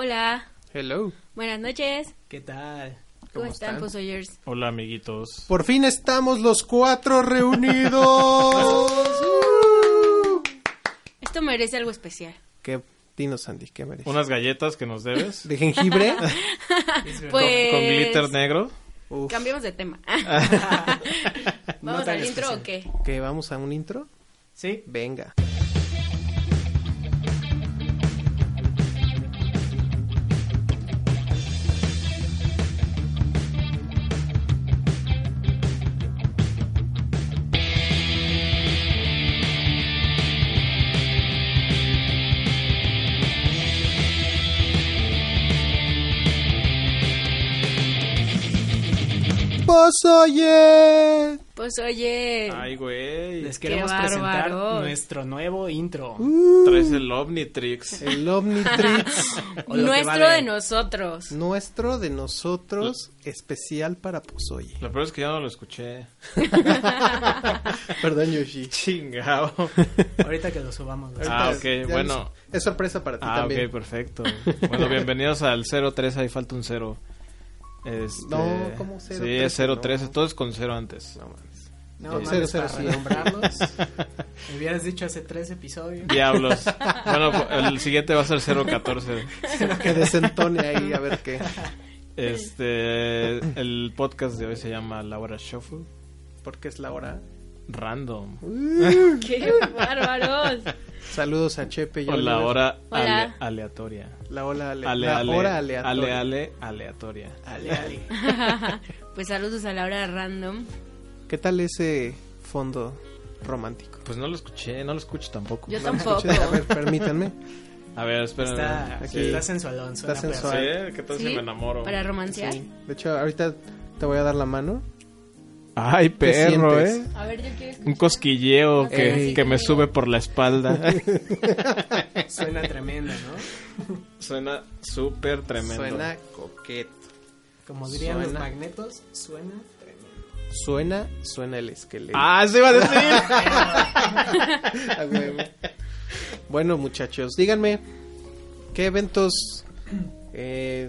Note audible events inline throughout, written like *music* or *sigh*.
Hola, Hello. buenas noches. ¿Qué tal? ¿Cómo, ¿Cómo están, están? Pozoyers? Hola, amiguitos. Por fin estamos los cuatro reunidos. Uh. Esto merece algo *laughs* especial. ¿Qué? Dinos, Andy, ¿qué mereces? Unas galletas que nos *laughs* debes. ¿De jengibre? Con, *laughs* Pues... con glitter negro. Uf. Cambiamos de tema. *laughs* No *laughs* ¿Vamos tan al intro especial. o qué? ¿Que vamos a un intro? Sí, Venga. Vos oye. Pues Eh. oye, Ay, güey. les queremos bárbaro. presentar nuestro *laughs* nuevo intro. Traes el Omnitrix. El Omnitrix. o lo que nuestro vale. de nosotros. Nuestro de nosotros, especial para *laughs* Pozoye. Lo peor es que ya no *laughs* lo escuché. Perdón, Yoshi. Chingao. Ahorita que lo subamos. lo Ah, Ahorita ok, ya bueno. nos- Es sorpresa para ti Ah, también. *laughs* ok, perfecto. Bueno, bienvenidos al 03, ahí falta un cero. Este, No, ¿cómo Sí, 03? es 03, No. todo es con cero antes. No mames. No, Sí. mames, Cero, cero, para sí. renombrarlos. *laughs* Me hubieras dicho hace tres episodios. Diablos. Bueno, pues, el siguiente va a ser 014. *laughs* que desentone ahí a ver qué. Este, el podcast de hoy se llama Laura Shuffle Porque es la *laughs* hora. Random. *laughs* Mm. *laughs* ¡Qué bárbaros! Saludos a Chepe. y O la Oliver. hora Hola. ale- aleatoria. La ola ale- Ale, la ale, hora aleatoria. Ale, ale, aleatoria. Ale, ale. Pues saludos a la hora random. ¿Qué tal ese fondo romántico? Pues no lo escuché, no lo escucho tampoco. Yo ¿Lo tampoco. escuché? A ver, permítanme. A ver, espérame. Está, Aquí. está sensualón. Está suena sensual. perro. Sí, ¿qué tal si ¿Sí? me enamoro? ¿Para romancear? Sí. De hecho, ahorita te voy a dar la mano. Ay, perro, sientes? eh. A ver, yo quiero escuchar. Un cosquilleo que, Ey. que me sube por la espalda. Suena tremendo, ¿no? *laughs* Suena súper tremendo. Suena coqueto. Como dirían los Suena. magnetos, suena tremendo. Suena, suena el esqueleto. Ah, se iba a *laughs* decir. A huevo. bueno, muchachos, díganme, ¿qué eventos, eh,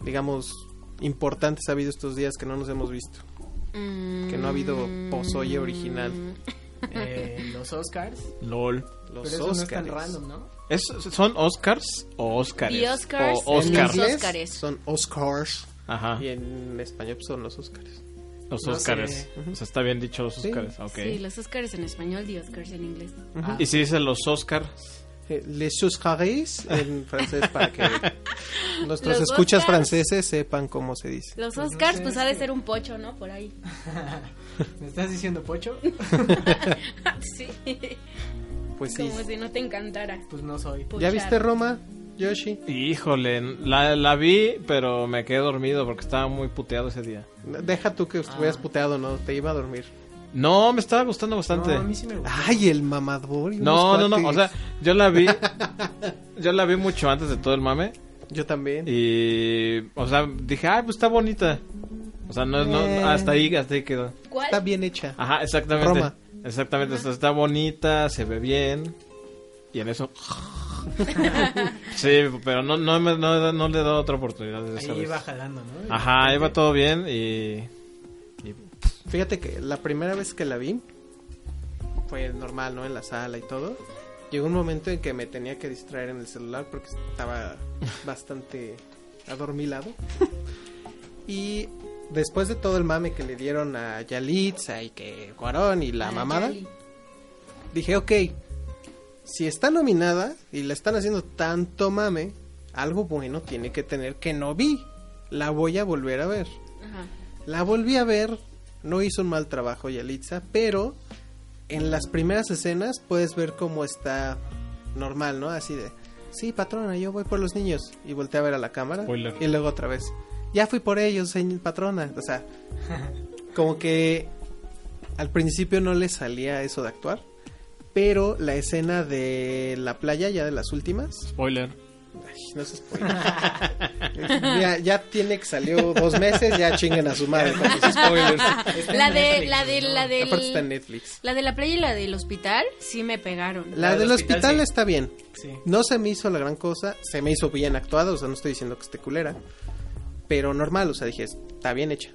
digamos, importantes ha habido estos días que no nos hemos visto? Mm. Que no ha habido pozoye original. Eh, los Oscars. LOL. Pero Los eso no es tan Óscares. random, ¿no? *laughs* ¿Es- ¿Son Oscars o Oscars? Ah. The Oscars O and Oscar. Los En inglés Óscares. Son Oscars. Ajá. Y en español pues, son los Oscars. Los No Oscars. sé. O sea, está bien dicho los Sí. Oscars. ok. Sí, los Oscars en español, The Oscars en inglés. Y si dice los Oscars. Eh, Les Oscars en francés *laughs* para que nuestros Los escuchas Óscars. franceses sepan cómo se dice. Los Pues no Oscars, sé, pues es ha de que- ser un pocho, ¿no? Por ahí. *laughs* ¿Me estás diciendo pocho? sí. Pues sí. Como si no te encantara. Pues no soy. ¿Ya Puchar. viste Roma, Yoshi? Híjole, la, la vi, pero me quedé dormido porque estaba muy puteado ese día. Deja tú que estuvieras puteado, ¿no? Te iba a dormir. No, me estaba gustando bastante. No, a No, mí sí me gusta. Ay, el mamador. y no, unos no, O cuates. sea, yo la *laughs* vi. Yo la vi mucho antes de todo el mame. yo también. Y. O sea, dije, ay, pues está bonita. O sea, no, no, Eh. hasta ahí, hasta ahí quedó. ¿Cuál? Está bien hecha. Ajá, exactamente. Roma. Exactamente, o sea, está bonita, se ve bien. Y *laughs* en eso. *laughs* sí, pero no, no, me- no, no le he dado otra oportunidad. de esa Ahí vez. iba jalando, ¿no? Ah. Ajá, iba todo bien y. y Fíjate que la primera vez que la vi fue normal, ¿no? En la sala y todo. Llegó un momento en que me tenía que distraer en el celular porque *laughs* estaba bastante adormilado. Y después de todo el mame que le dieron a Yalitza y que Cuarón y la Ah, mamada, Charlie. dije, ok, si está nominada y la están haciendo tanto mame, algo bueno tiene que tener que no vi. La voy a volver a ver. Ajá. La volví a ver, no hizo un mal trabajo Yalitza, pero en las primeras escenas puedes ver cómo está normal, ¿no? Así de, sí, patrona, yo voy por los niños. Y volteé a ver a la cámara. Spoiler. Y luego otra vez, ya fui por ellos, señ- patrona. O sea, como que al principio no le salía eso de actuar, pero la escena de la playa, ya de las últimas, spoiler. Ay, no se spoiler. ya, ya tiene que salió dos meses, ya chinguen a su madre con los spoilers. Está en La de, Netflix, la de, Este ¿no? la Aparte está del... en Netflix. La de la playa y la del hospital sí me pegaron. La, La del hospital, sí. está bien. Sí. No se me hizo la gran cosa, se me hizo bien actuada, o sea, no estoy diciendo que esté culera, pero normal, o sea, dije, está bien hecha.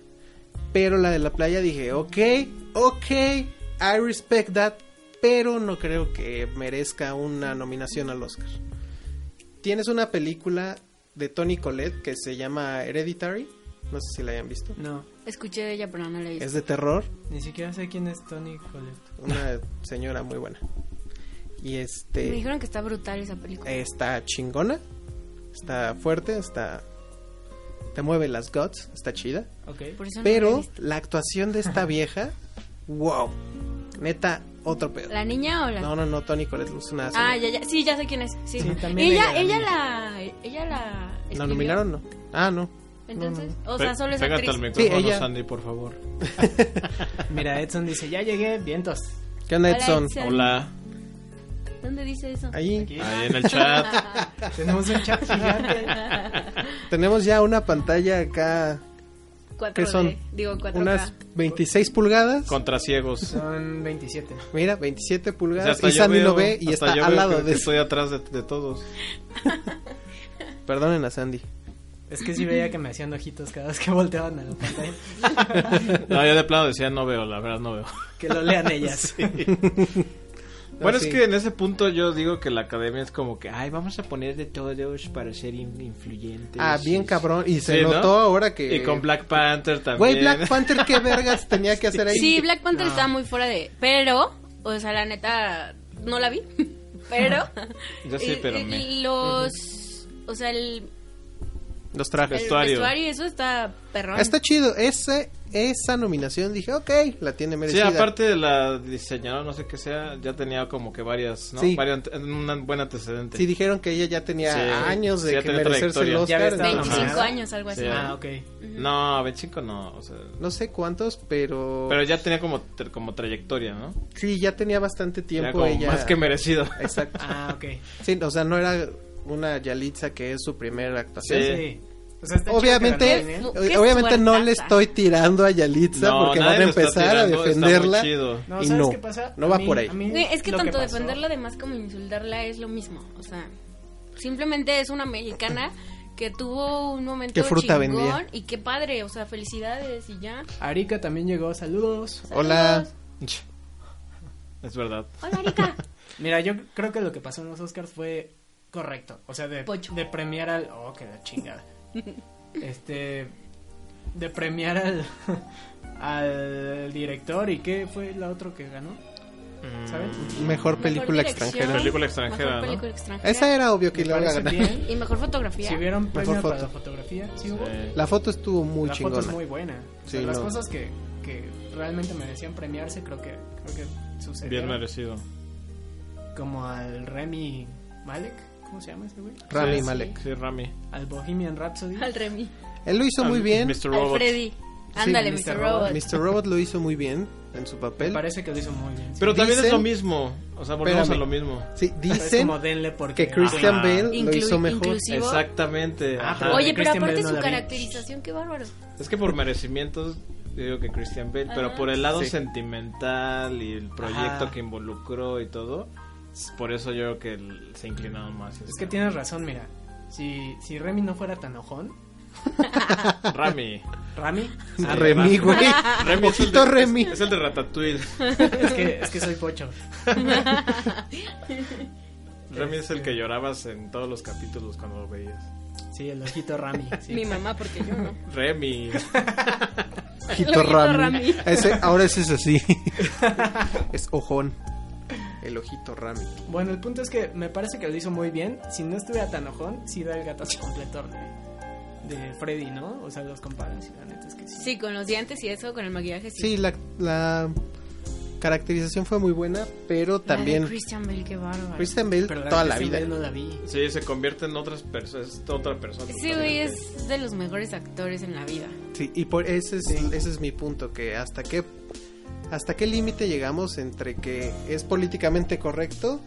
Pero la de la playa dije, ok, ok, I respect that, pero no creo que merezca una nominación al Oscar. Tienes una película de Tony Collette que se llama Hereditary, no sé si la hayan visto. No, Escuché de ella, pero no la he visto. Es de terror, ni siquiera sé quién es Tony Collette. una señora muy buena. Y este... Me dijeron que está brutal esa película. está chingona, está fuerte, está te mueve las guts, está chida, Ok. pues, Por eso no la he pero visto. la actuación de esta vieja, wow, neta otro pedo. ¿La niña o la.? No, no, no, Tony Collette es una ah, señora. ya, ya. Sí, ya sé quién es. Sí. Sí, también ella, la- ella la. Ella la. ¿La escribió. nominaron no? Ah, no. Entonces, o Pe- sea, solo es Pégate actriz. al micrófono, Sí, ella- Sandy, por favor. Mira, Edson dice, ya llegué, vientos. ¿Qué onda Hola, Edson? Edson. Hola. ¿Dónde dice eso? Ahí Aquí Ahí en el *laughs* chat. tenemos un chat gigante. tenemos ya una pantalla acá, 4 ¿qué son? Digo, 4K. Unas 26 pulgadas. Contra ciegos. Son 27. Mira, 27 O sea, pulgadas hasta y yo Sandy veo- lo ve y hasta está yo al veo lado que- de que Estoy atrás de, de todos. Perdonen a Sandy. Es que sí veía que me hacían ojitos cada vez que volteaban a la pantalla. No, yo de plano decía, no veo, la verdad no veo. Que *laughs* lo lean ellas. Bueno, Ah, sí. es que en ese punto yo digo que la academia es como que, ay, vamos a poner de todos para ser in- influyentes. Ah, bien cabrón y se Sí, ¿no? notó ahora que Y con Black Panther también. Güey, *laughs* Black Panther, ¿qué vergas tenía que hacer ahí? Sí, Black Panther está muy fuera de. Pero, o sea, la neta, no la vi. *laughs* Pero. *laughs* Yo sí, eh, pero eh, me- Los. O sea, el, Los el trajes. Vestuario. vestuario, eso está perrón. Está chido. Ese, esa nominación dije, ok, la tiene Sí, merecida. aparte de la diseñadora, no sé qué sea, ya tenía como que varias, ¿no? Sí. Varias- un buen antecedente. Sí, dijeron que ella ya tenía Sí. años de Sí, ya que tenía merecerse el trayectoria. Oscar. Ya había estado entonces, 25 Ajá. años, algo así. Sí. Ah, ok. No, 25 no, o sea, No sé cuántos, pero... pero ya tenía como, tra- como trayectoria, ¿no? Sí, ya tenía bastante Era tiempo como ella. más que merecido. Exacto. Ah, ok. Sí, o sea, no era una Yalitza que es su primera actuación. Sí. Sí. O sea, está chido que Obviamente, ganen, ¿eh? Qué fu- qué obviamente no suertaza. le estoy tirando a Yalitza porque nadie van a lo está empezar a tirando, está muy defenderla. chido. No, y ¿sabes no, qué pasa? no A va mí- por ahí. a mí Güey, Es que lo tanto pasó- defenderla además como insultarla es lo mismo. O sea, simplemente es una mexicana que tuvo un momento ¿Qué fruta chingón vendía? y qué padre. O sea, felicidades y ya. Arica también llegó, saludos. Hola. *laughs* Es verdad. Hola, Erika. Mira, yo creo que lo que pasó en los Oscars fue correcto. O sea, de, Pocho. de premiar al. Oh, que la chingada. *laughs* este. De premiar al. *laughs* Al director y qué fue la otro que ganó, Mm, ¿saben? Mejor Mejor *laughs* película dirección, extranjera. Película extranjera, mejor ¿no? película extranjera. Esa era obvio que Me la iba a parece ganar. bien. Y mejor fotografía. Si vieron premio foto. para la fotografía, sí hubo. Sí. La foto estuvo muy la chingona. foto es muy buena. O sea, Sí, las no. cosas que, que realmente merecían premiarse, creo que, creo que Bien sucedieron. merecido. Como al Remy Malek, ¿cómo se llama ese güey? Rami Sí, Malek. Sí, Rami. Al Bohemian Rhapsody. Al Remy. Él lo hizo muy Al- bien. Mr. Al Robot. Freddy. Ándale, Mr. Mr. Robot. Robot. Mr. Robot lo hizo muy bien en su Me papel. parece que lo hizo muy bien. sí. Pero también es Dicen- lo mismo. O sea, volvemos Espérame. a lo mismo. Sí, Pero es dicen como ah, denle porque que Christian Ajá. Bale lo Inclu- hizo mejor. inclusivo. Exactamente. Ah, ajá. pero- Oye, pero Christian aparte Bale no su la vi. caracterización, qué bárbaro. Es que por merecimientos yo digo que Christian Bale, pero Ah. por el lado Sí. sentimental y el proyecto Ajá. que involucró y todo, s- por eso yo creo que el- se inclinaron más. Es que tienes razón, mira. Si, si Remy no fuera tan ojón, *laughs* Rami. Rami, Sí, A Remy, Rami. Ah, güey. *laughs* Remy es el Ojito de- Remy. Es, es el de Ratatouille. es que, es que soy pocho. Este. Remy es el que llorabas en todos los capítulos cuando lo veías. Sí, el ojito Rami. sí. Mi mamá, porque yo no. Remy. Ojito Lo hizo Rami. Rami. Ese, ahora ese es así. es ojón. El ojito Rami. Bueno, el punto es que me parece que lo hizo muy bien. Si no estuviera tan ojón, sí da el gatazo completo de, de Freddy, ¿no? O sea, los comparas y la neta es que *laughs* sí. Sí, con los dientes y eso, con el maquillaje. Sí, Sí, la, la caracterización fue muy buena, pero La de también Christian Bale, qué bárbaro. Christian Bale Pero toda la Christian vida. Bale no la vi. Sí, se convierte en otras personas. Es otra persona. Sí, güey, es de los mejores actores en la vida. Sí, y por ese es, ese es mi punto, que hasta qué hasta qué límite llegamos entre que es políticamente correcto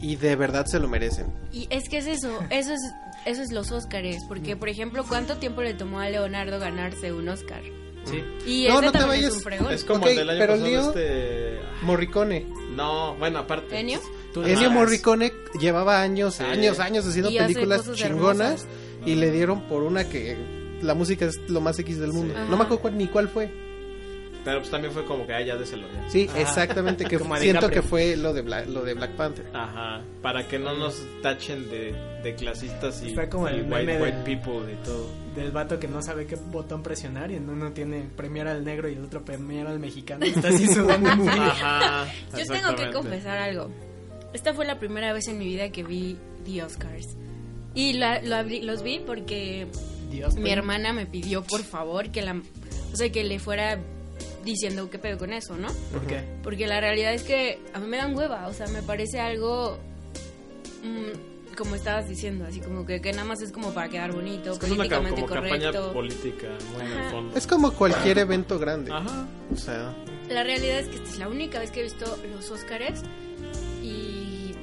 Y de verdad se lo merecen. Y es que es eso, eso es, eso es los Óscares, porque por ejemplo, ¿cuánto tiempo le tomó a Leonardo ganarse un Óscar? Sí. Y No, ese no te también es vayas. un fregón. Es Es como Ok, el del año pero el pasado lío- este... Morricone. No, bueno, aparte. ¿Genio? Tú Ennio dices, Morricone llevaba años, Sí. años, años haciendo Y hace películas cosas chingonas y le dieron por una que la música es lo más X del mundo. Sí. No me acuerdo cuál- ni cuál fue. Pero pues también fue como que, ah, ya déselo ya. Sí, Ah. exactamente, que *laughs* Como a siento DiCaprio. que fue lo de Black, lo de Black Panther. Ajá, para que no nos tachen de, de clasistas y, Fue como y el white, meme de- white people y todo. Del vato que no sabe qué botón presionar y en uno tiene premiar al negro y el otro premiar al mexicano. Está así sudando *laughs* muy Ajá. Yo tengo que exactamente. confesar algo. Esta fue la primera vez en mi vida que vi The Oscars. Y la- la vi- los vi porque Dios, mi pero- hermana me pidió por favor que la o sea que le fuera diciendo qué pedo con eso, ¿no? ¿Por qué? Porque la realidad es que a mí me dan hueva, o sea, me parece algo mm, como estabas diciendo, así como que, que nada más es como para quedar bonito, Es que es una ca- políticamente como campaña correcto. política muy en Ajá. el fondo. Es como cualquier Ah. evento grande. Ajá. O sea, La realidad es que esta es la única vez que he visto los Óscares y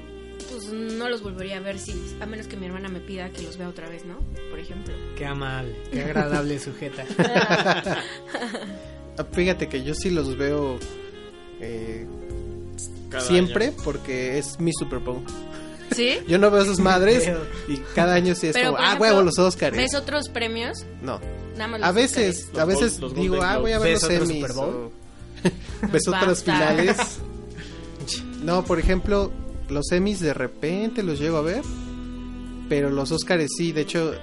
pues no los volvería a ver si a menos que mi hermana me pida que los vea otra vez, ¿no? Por ejemplo. Qué amable, qué agradable sujeta. fíjate que yo sí los veo eh, Cada siempre año. porque es mi Super Bowl. ¿Sí? Yo no veo a *laughs* sus *laughs* madres Pero- y cada año sí es Pero, como, por ah, ejemplo, huevo, los Oscars. ¿Ves otros premios? No. Nada más A los veces, Los a Gol- veces los digo, Golden ah, voy a ver Globes. los ¿Ves otro semis. Super Bowl? o ves otras *laughs* Basta. finales. No, por ejemplo, los semis de repente los llego a ver, pero los Óscares sí, de hecho,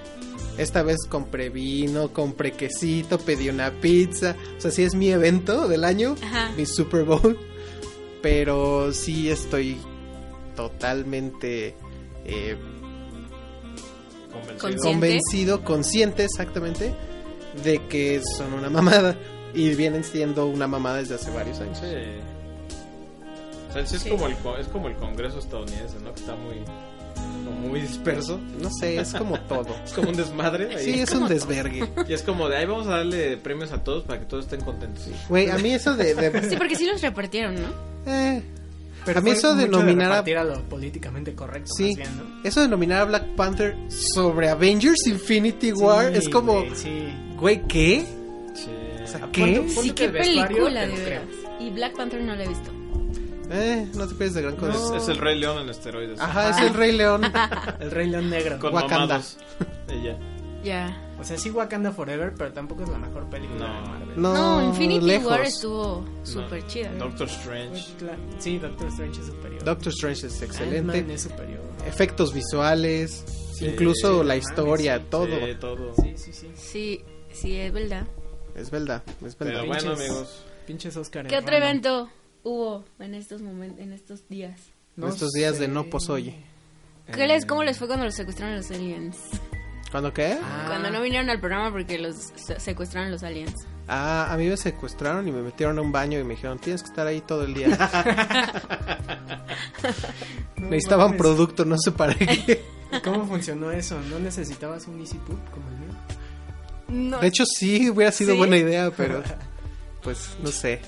esta vez compré vino, compré quesito, pedí una pizza, o sea, sí es mi evento del año, Ajá. mi Super Bowl, pero sí estoy totalmente eh, Convencido. Consciente. convencido, consciente exactamente, de que son una mamada. Y vienen siendo una mamada desde hace varios años. Sí. O sea, sí es, Sí. Como el, co- es como el Congreso estadounidense, ¿no? Que está muy, como muy disperso. No sé, es como *laughs* todo. Es como un desmadre. ahí. Sí, es un desvergue. *laughs* Y es como de ahí vamos a darle premios a todos para que todos estén contentos. Güey, a mí eso de... *laughs* de- Sí, porque sí los repartieron, ¿no? eh, Pero A mí fue eso de mucho nominar a- repartir a lo políticamente correcto, sí, más bien, ¿no? eso de nominar a Black Panther sobre Avengers Infinity War Sí, es como... güey, sí. Güey, ¿qué? Sí. O sea, Ponte- ¿qué? ponte Sí, que qué el vestuario, película, de te lo creo. veras. Y Black Panther no la he visto. Eh, no te pierdes de gran cosa. Es, es el Rey León en esteroides. Ajá, Ah. es el *laughs* Rey León. El Rey León Negro. Con Wakanda. *laughs* mamados. Ella. Ya. O sea, sí Wakanda Forever, pero tampoco es la mejor película No. de Marvel. No, No, Infinity lejos. War estuvo súper chida. ¿no? Doctor Strange. Pues, cla- Sí, Doctor Strange es superior. Doctor Strange es Ant-Man excelente. es superior. Efectos visuales, Sí, incluso sí, la mames, historia, sí, todo. Sí, todo. Sí, sí, sí. Sí, sí, es verdad. Es verdad, es verdad. Pero bueno, Pinches. amigos. Pinches Oscar. ¿Qué otro evento hubo en estos momentos, en estos días? En estos días de no posoye. ¿Qué les, ¿Cómo les fue cuando los secuestraron los aliens? ¿Cuándo qué? Ah, Cuando no vinieron al programa porque los se- secuestraron los aliens. Ah, a mí me secuestraron y me metieron a un baño y me dijeron, tienes que estar ahí todo el día. No Necesitaban mames. producto, no sé para qué. ¿Cómo funcionó eso? ¿No necesitabas un Easy Poop como el mío? No, De hecho, sí, hubiera sido ¿Sí? buena idea, pero pues no sé.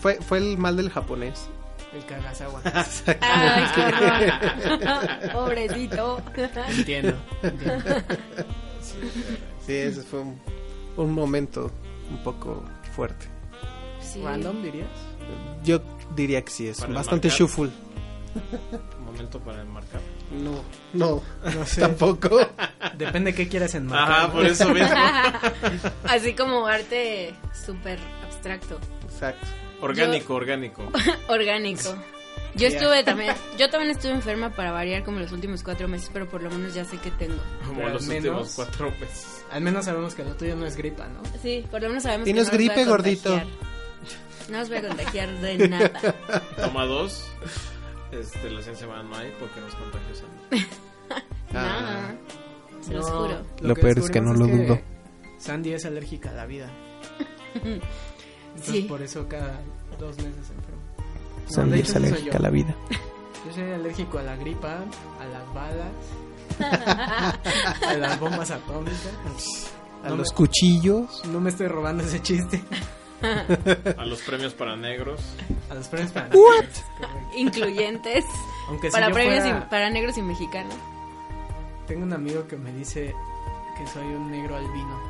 Fue, fue el mal del japonés. El Kagasawa. *laughs* Ay, qué horror. Ah, Pobrecito. Entiendo. entiendo. Sí, ese fue un, un momento un poco fuerte. Sí. *laughs* Random dirías. Yo diría que sí, es Para bastante enmarcar. shuffle. Momento para enmarcar. No, no, *laughs* No sé. tampoco. Depende de qué quieras enmarcar. Ajá, por eso *laughs* mismo. Así como arte súper abstracto. Exacto. Orgánico, orgánico. Orgánico. Yo Ya. estuve *laughs* también, yo también estuve enferma para variar como los últimos cuatro meses, pero por lo menos ya sé que tengo. Como Pero al los menos- últimos cuatro meses. Al menos sabemos que lo tuyo no es gripa, ¿no? Sí, por lo menos sabemos Y que no es nos va a gripe, gordito. contagiar. No os voy a contagiar *laughs* de nada. Toma dos. Este, la ciencia va no hay porque nos contagiosa. Ah. Nada. Se los No, juro. Lo peor es que descubrimos no lo dudo. Sandy es alérgica a *laughs* la vida. Entonces Sí. por eso cada dos meses se enferma. No, Sandy de hecho, es eso soy alérgica yo. a la vida. Yo soy alérgico a la gripa, a las balas, *laughs* a las bombas atómicas. A No los me- cuchillos. No me estoy robando ese chiste. A los premios para negros. A los premios para What? *laughs* Incluyentes. Aunque si para yo premios fuera- y- para negros y mexicanos. Tengo un amigo que me dice que soy un negro albino.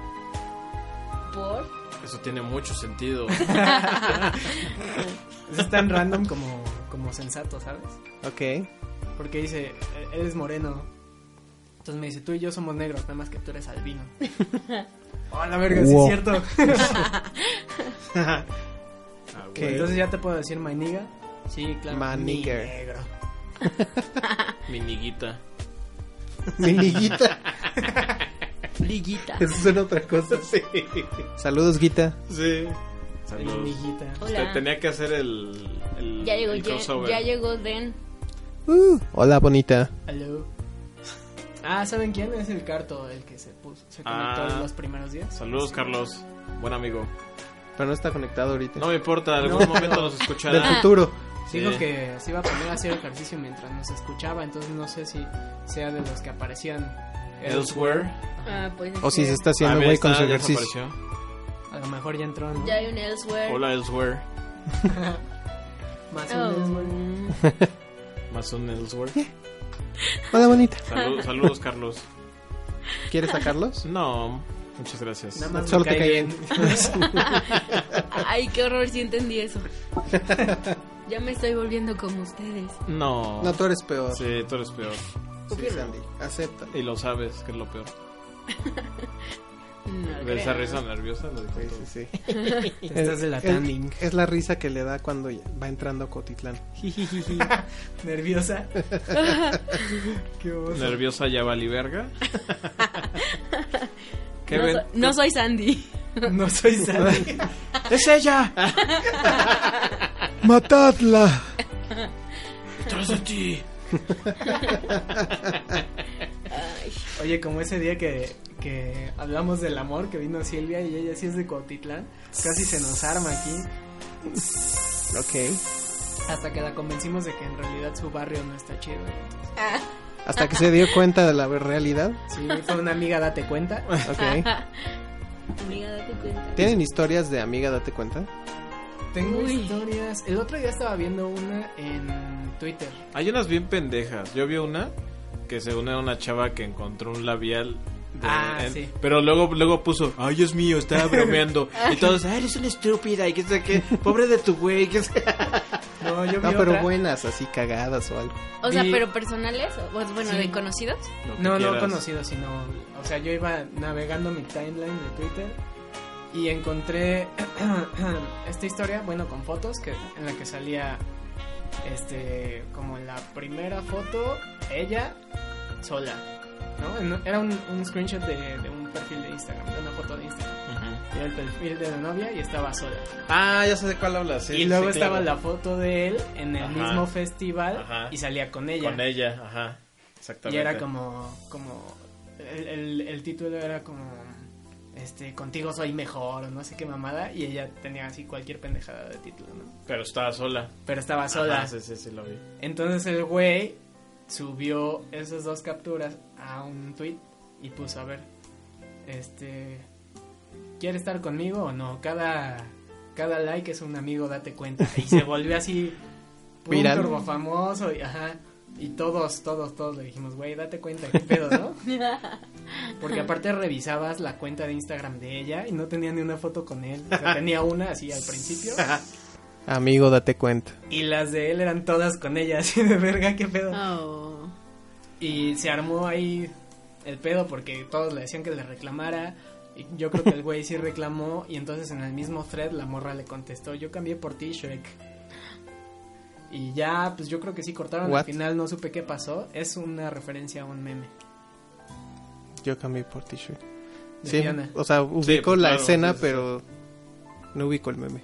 Por Eso tiene mucho *laughs* sentido. Eso es tan random como, como sensato, ¿sabes? *laughs* Ok. Porque dice, "E- eres moreno. Entonces me dice, tú y yo somos negros, nada más que tú eres *laughs* albino. oh, la verga, sí es Wow. cierto. *laughs* Ah, ¿Qué? güey. Entonces ya te puedo decir maniga. Sí, claro. My mi nigger. negro. Mi niguita. Mi liguita. *laughs* Liguita. Eso suena a otra cosa. Sí. Saludos, Guita. Sí. Mi Saludos. Este, mijita. Hola. Tenía que hacer el. el- Ya llegó, el Jen- crossover. ya llegó Den. Uh, hola, bonita. Hello. Ah, ¿saben quién? Es el carto, el que se puso, se Ah. conectó los primeros días. Saludos, Carlos. Buen amigo. Pero no está conectado ahorita. No me importa, algún No. momento nos Del escuchará. futuro. Sí. Dijo que se iba a poner a hacer ejercicio mientras nos escuchaba, entonces no sé si sea de los que aparecían. Elsewhere. Ah, pues. O si se está haciendo Ah, mira, güey con está, su ya ejercicio. desapareció. A lo mejor ya entró, ¿no? Ya hay un Elsewhere. Hola, Elsewhere. Más Oh. o menos, bueno. Más un Elsewhere. Hola, bonita. Salud- saludos, Carlos. ¿Quieres sacarlos? No, muchas gracias. Nada más Solo me te caí cae bien. bien. *laughs* Ay, qué horror, sí entendí *laughs* eso. ya me estoy volviendo como ustedes. *laughs* No. No, tú eres peor. Sí, Sí, tú eres peor. Sandy. Acéptalo. Y lo sabes, que es lo peor. No De esa creo. risa nerviosa lo dijo Sí, todo. sí, sí. *laughs* Te estás Es- delatando. *laughs* es- Es la risa que le da cuando ya- va entrando a Cotitlán. Nerviosa. Qué oso. Nerviosa ya *laughs* vali verga. ¿Qué No, ven? so- no soy Sandy. No soy Sandy. ¡Es ella! ¡Matadla! ¡Tras de ti! *laughs* Ay, Oye, como ese día que, que hablamos del amor, que vino Silvia y ella sí es de Cotitlán, casi se nos arma aquí. Ok. Hasta que la convencimos de que en realidad su barrio no está chido. Hasta que se dio cuenta de la realidad. Sí, fue una amiga, date cuenta. *laughs* Ok. amiga, date cuenta. ¿Tienen historias de amiga, date cuenta? Tengo Uy. historias. El otro día estaba viendo una en Twitter. Hay unas bien pendejas. Yo vi una que según era una chava que encontró un labial. de- Ah, sí. Pero luego, luego puso, ay Dios *laughs* mío, estaba bromeando. y todos, ay, eres una estúpida y que sé qué, pobre de tu güey, que sé No, yo vi No, Ah, pero otra. buenas, así cagadas o algo. O sea, Vi- pero personales, o pues, bueno, Sí. de conocidos. Lo *laughs* que No, no quieras. conocido, sino. O sea, yo iba navegando mi timeline de Twitter y encontré *clears throat* esta historia, bueno, con fotos que, en la que salía. Este. Como en la primera foto, ella sola. ¿no? En- Era un, un screenshot de, de un perfil de Instagram, de una foto de Instagram. Ujú. Era el perfil de la novia y estaba sola. Ah, ya sé de cuál hablas. sí, y luego sí, estaba claro. la foto de él en el Ajá. mismo festival Ajá. y salía con ella. Con ella, ajá. Y Exactamente. era como, como, el, el- el título era como, este, contigo soy mejor o no sé qué mamada. Y ella tenía así cualquier pendejada de título, ¿no? Pero estaba sola. Pero estaba sola. Ajá, sí, sí, sí, lo vi. Entonces el güey subió esas dos capturas a un tweet y puso, a ver, este, ¿quiere estar conmigo o no? Cada, cada like es un amigo, date cuenta. Y se volvió así, pum, Viral. turbo famoso, y, ajá. Y todos, todos, todos le dijimos, güey, date cuenta, qué pedo, ¿no? Porque aparte revisabas la cuenta de Instagram de ella y no tenía ni una foto con él. O sea, tenía una así al principio. Amigo, date cuenta. Y las de él eran todas con ella, así de verga, qué pedo. Oh. Y se armó ahí el pedo porque todos le decían que le reclamara. Y yo creo que el güey sí reclamó. Y entonces en el mismo thread la morra le contestó: Yo cambié por ti, Shrek. Y ya, pues yo creo que sí cortaron. What? Al final no supe qué pasó. Es una referencia a un meme. Yo cambié por t-shirt. De Sí, Rihanna. o sea, ubico Sí, pues, la claro, escena, sí, sí, sí. pero no ubico el meme.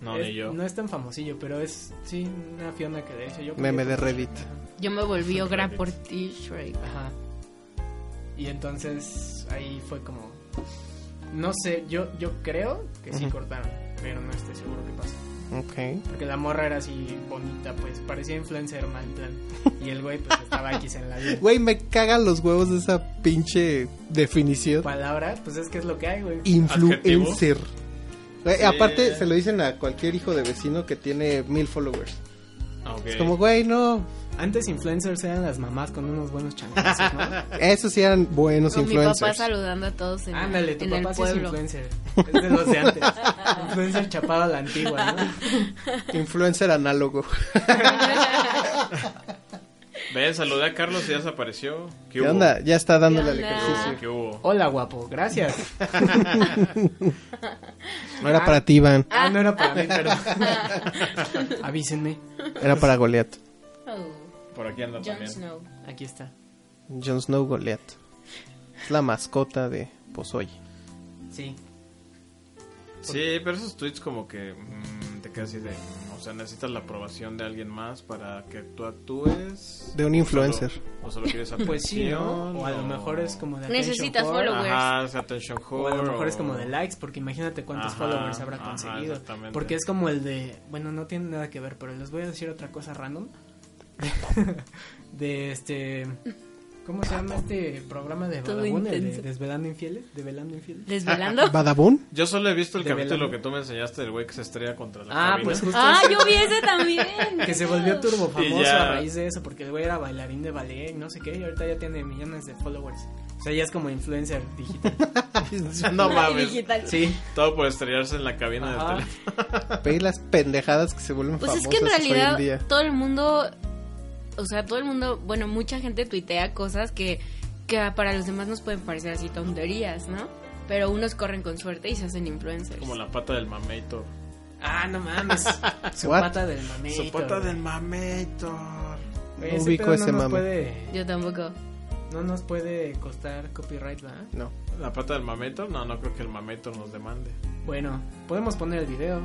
No, es, ni yo. No es tan famosillo, pero es, sí, una Fiona que de hecho yo. Meme cambié de por ti, Reddit. Yo me volví ogra por ti, Shrek. Ajá. Y entonces ahí fue como. No sé, yo, yo creo que sí Ujú. cortaron, pero no estoy seguro qué pasó. Ok. Porque la morra era así bonita, pues parecía influencer mal plan. Y el güey pues estaba X en la *laughs* vida. Güey, me cagan los huevos de esa pinche definición. Palabra, pues es que es lo que hay, güey. Influencer. Güey, Sí. Aparte, se lo dicen a cualquier hijo de vecino que tiene mil followers. Ah, ok. Es como, güey, no. Antes influencers eran las mamás con unos buenos changazos, *laughs* ¿no? Esos sí eran buenos Con mi papá influencers. saludando a todos en, Ándale, tu en el papá sí es pueblo. *laughs* influencer. Es de los de antes. influencer chapado a la antigua, ¿no? Influencer análogo. Ven, saludé a Carlos y ya desapareció. ¿Qué, ¿Qué hubo? onda? Ya está dándole ¿Qué el onda? ejercicio. ¿Qué hubo? Hola, guapo, gracias. No era para ti, Iván. Ah, no era para mí, *laughs* perdón. Avísenme. Era para Goliat. Oh, Por aquí anda Jon también. Snow. Aquí está. Jon Snow Goliat. Es la mascota de Pozoy. Sí. Sí, pero esos tweets como que mm, te quedas así de... mm, O sea, necesitas la aprobación de alguien más para que tú actúes. De un influencer. Solo- O solo quieres atención. Pues sí, ¿no? O a lo mejor es como de attention Necesitas whore, follow- Ajá, es attention O a lo whore, mejor es o- como de likes, porque imagínate cuántos Ajá, followers habrá ajá, conseguido. exactamente. Porque es como el de. Bueno, no tiene nada que ver, pero les voy a decir otra cosa random. *laughs* de este. ¿Cómo se llama este programa de Todo Badabun? El de intenso. Desvelando Infieles. ¿Develando Infieles? *laughs* ¿Desvelando? *laughs* ¿Badabun? Yo solo he visto el De capítulo Belén. que tú me enseñaste del güey que se estrella contra la Ah, cabina. pues justo. ah, ese- yo vi ese también. Que se volvió turbo Y famoso ya. a raíz de eso, porque el güey era bailarín de ballet y no sé qué, y ahorita ya tiene millones de followers. O sea, ya es como influencer *laughs* digital. No Ay, mames. digital. Sí. Todo por estrellarse en la cabina Ajá. del teléfono. Ve las pendejadas que se vuelven Pues es famosas que en hoy en día. realidad todo el mundo, o sea, todo el mundo, bueno, mucha gente tuitea cosas que, que para los demás nos pueden parecer así tonterías, ¿no? Pero unos corren con suerte y se hacen influencers. Como la pata del mameito. Ah, no *laughs* mames. Su What? pata del mame. Su pata del mameito. No ubico no ese nos mame. Puede, Yo tampoco. no nos puede costar copyright, ¿verdad? No. ¿La pata del mameito? No, no creo que el mameito nos demande. Bueno, podemos poner el video.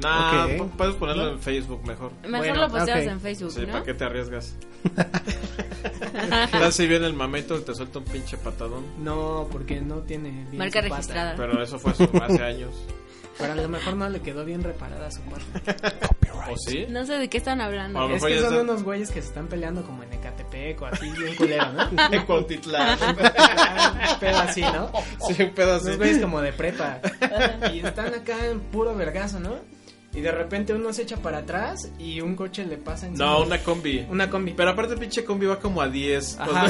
Nah, Ok. po- puedes ponerlo en Facebook mejor. Mejor Bueno, lo posteamos ok. en Facebook, Sí, ¿no? ¿para qué *laughs* te arriesgas? Estás si bien el mameito y te suelta un pinche patadón. No, porque no tiene bien Marca su pata. registrada. Pero eso fue hace- hace años. Pero a lo mejor no le quedó bien reparada su pata. ¿O sí? No sé de qué están hablando. A lo Es mejor que ya son está- unos güeyes que se están peleando como en Ecatepec o así, bien culero, ¿no? *laughs* En Cuautitlán. Pero así, ¿no? Sí, un pedo *laughs* así. Los güeyes como de prepa. Y están acá en puro vergazo, ¿no? Y de repente uno se echa para atrás y un coche le pasa encima. No, una combi. Una combi. Pero pues, aparte el pinche combi va como a 10. Ajá.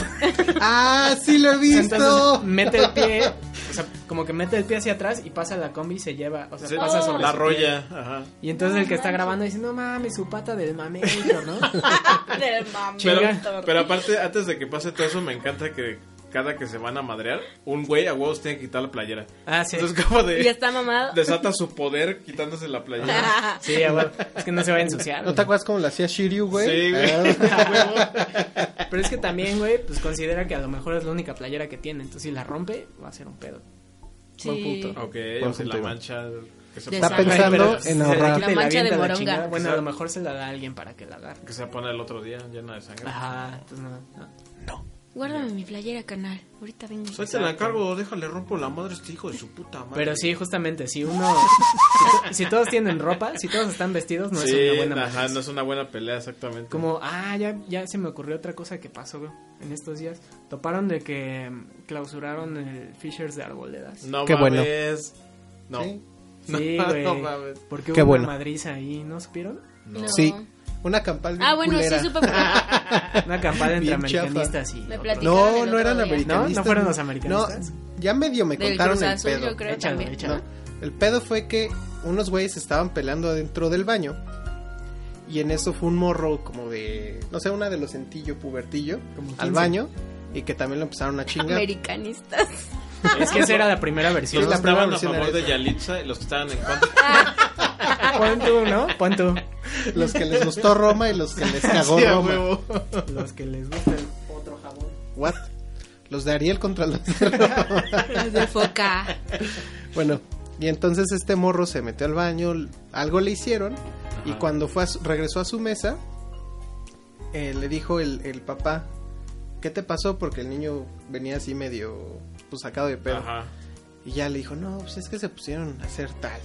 ¡Ah, sí lo he visto! Entonces mete el pie, o sea, como que mete el pie hacia atrás y pasa la combi y se lleva, o sea, Sí, pasa sobre la su roya. pie. Ajá. Y entonces el que está grabando dice, no mames, su pata del mameito, ¿no? *laughs* Del mami. Pero, Chinga. pero aparte, antes de que pase todo eso, me encanta que cada que se van a madrear, un güey a huevos tiene que quitar la playera. Ah, sí. Entonces, como Y eh, de. está mamado. *laughs* Desata su poder quitándose la playera. Sí, ah, bueno, es que no se va a ensuciar. ¿No te acuerdas cómo lo hacía Shiryu, güey? Sí, güey. Ah, Pero es que también, güey, pues considera que a lo mejor es la única playera que tiene, entonces si la rompe va a ser un pedo. Sí. Buen punto. Ok, Buen o sea, la punto. mancha. Que se, De Está sangre. pone, pensando Pero en se le ahorrar. quita La mancha de y avienta la moronga. chingada. Bueno, a Exacto. lo mejor se la da a alguien para que la agarre. que se pone el otro día llena de sangre. Ajá, entonces no. no. Guárdame mi playera, canal. Ahorita vengo. Soy Pues te la encargo, déjale rompo la madre a este hijo de su puta madre. Pero sí, justamente, si uno. si, to- si todos tienen ropa, si todos están vestidos, no Sí, es una buena ajá, manera. no es una buena pelea, exactamente. Como, ah, ya, ya se me ocurrió otra cosa que pasó güey, en estos días. Toparon de que mm, clausuraron el Fishers de Arboledas. No Qué bueno. mames. No. Sí. *laughs* Sí, No, güey. no mames. porque Qué hubo bueno. una madriz ahí, *laughs* ¿no supieron? No. Sí. Una campal bien Ah, bueno, culera. sí, *laughs* supe. por- Una acampada entre Bien chafa. americanistas y. Me otros. platicaron el No, otro no eran día. americanistas. ¿No? ¿No fueron los americanistas? No, ya medio me Del contaron Cruz el Azul, pedo. yo creo Échalo, también. échalo. No, el pedo fue que unos güeyes estaban peleando dentro del baño. Y en eso fue un morro como de, no sé, una de los centillo pubertillo Como 15. al baño. Y que también lo empezaron a chingar. *laughs* Americanistas. Es que esa era la primera versión. Los Sí, que la primera versión estaban a era favor de esa. Yalitza y los que estaban en contra. Ah, Pon tú, ¿no? *laughs* Pon tú. Los que les gustó Roma y los que les cagó *laughs* Sí, a Roma. huevo. Los que les gusta el otro jabón. What? Los de Ariel contra los *laughs* de Roma. Los de foca. Bueno, y entonces este morro se metió al baño, l- algo le hicieron, y cuando fue a su- regresó a su mesa, eh, le dijo el, el papá, ¿qué te pasó? Porque el niño venía así medio pues, sacado de pedo. Ajá. Y ya le dijo, no, pues es que se pusieron a hacer tal.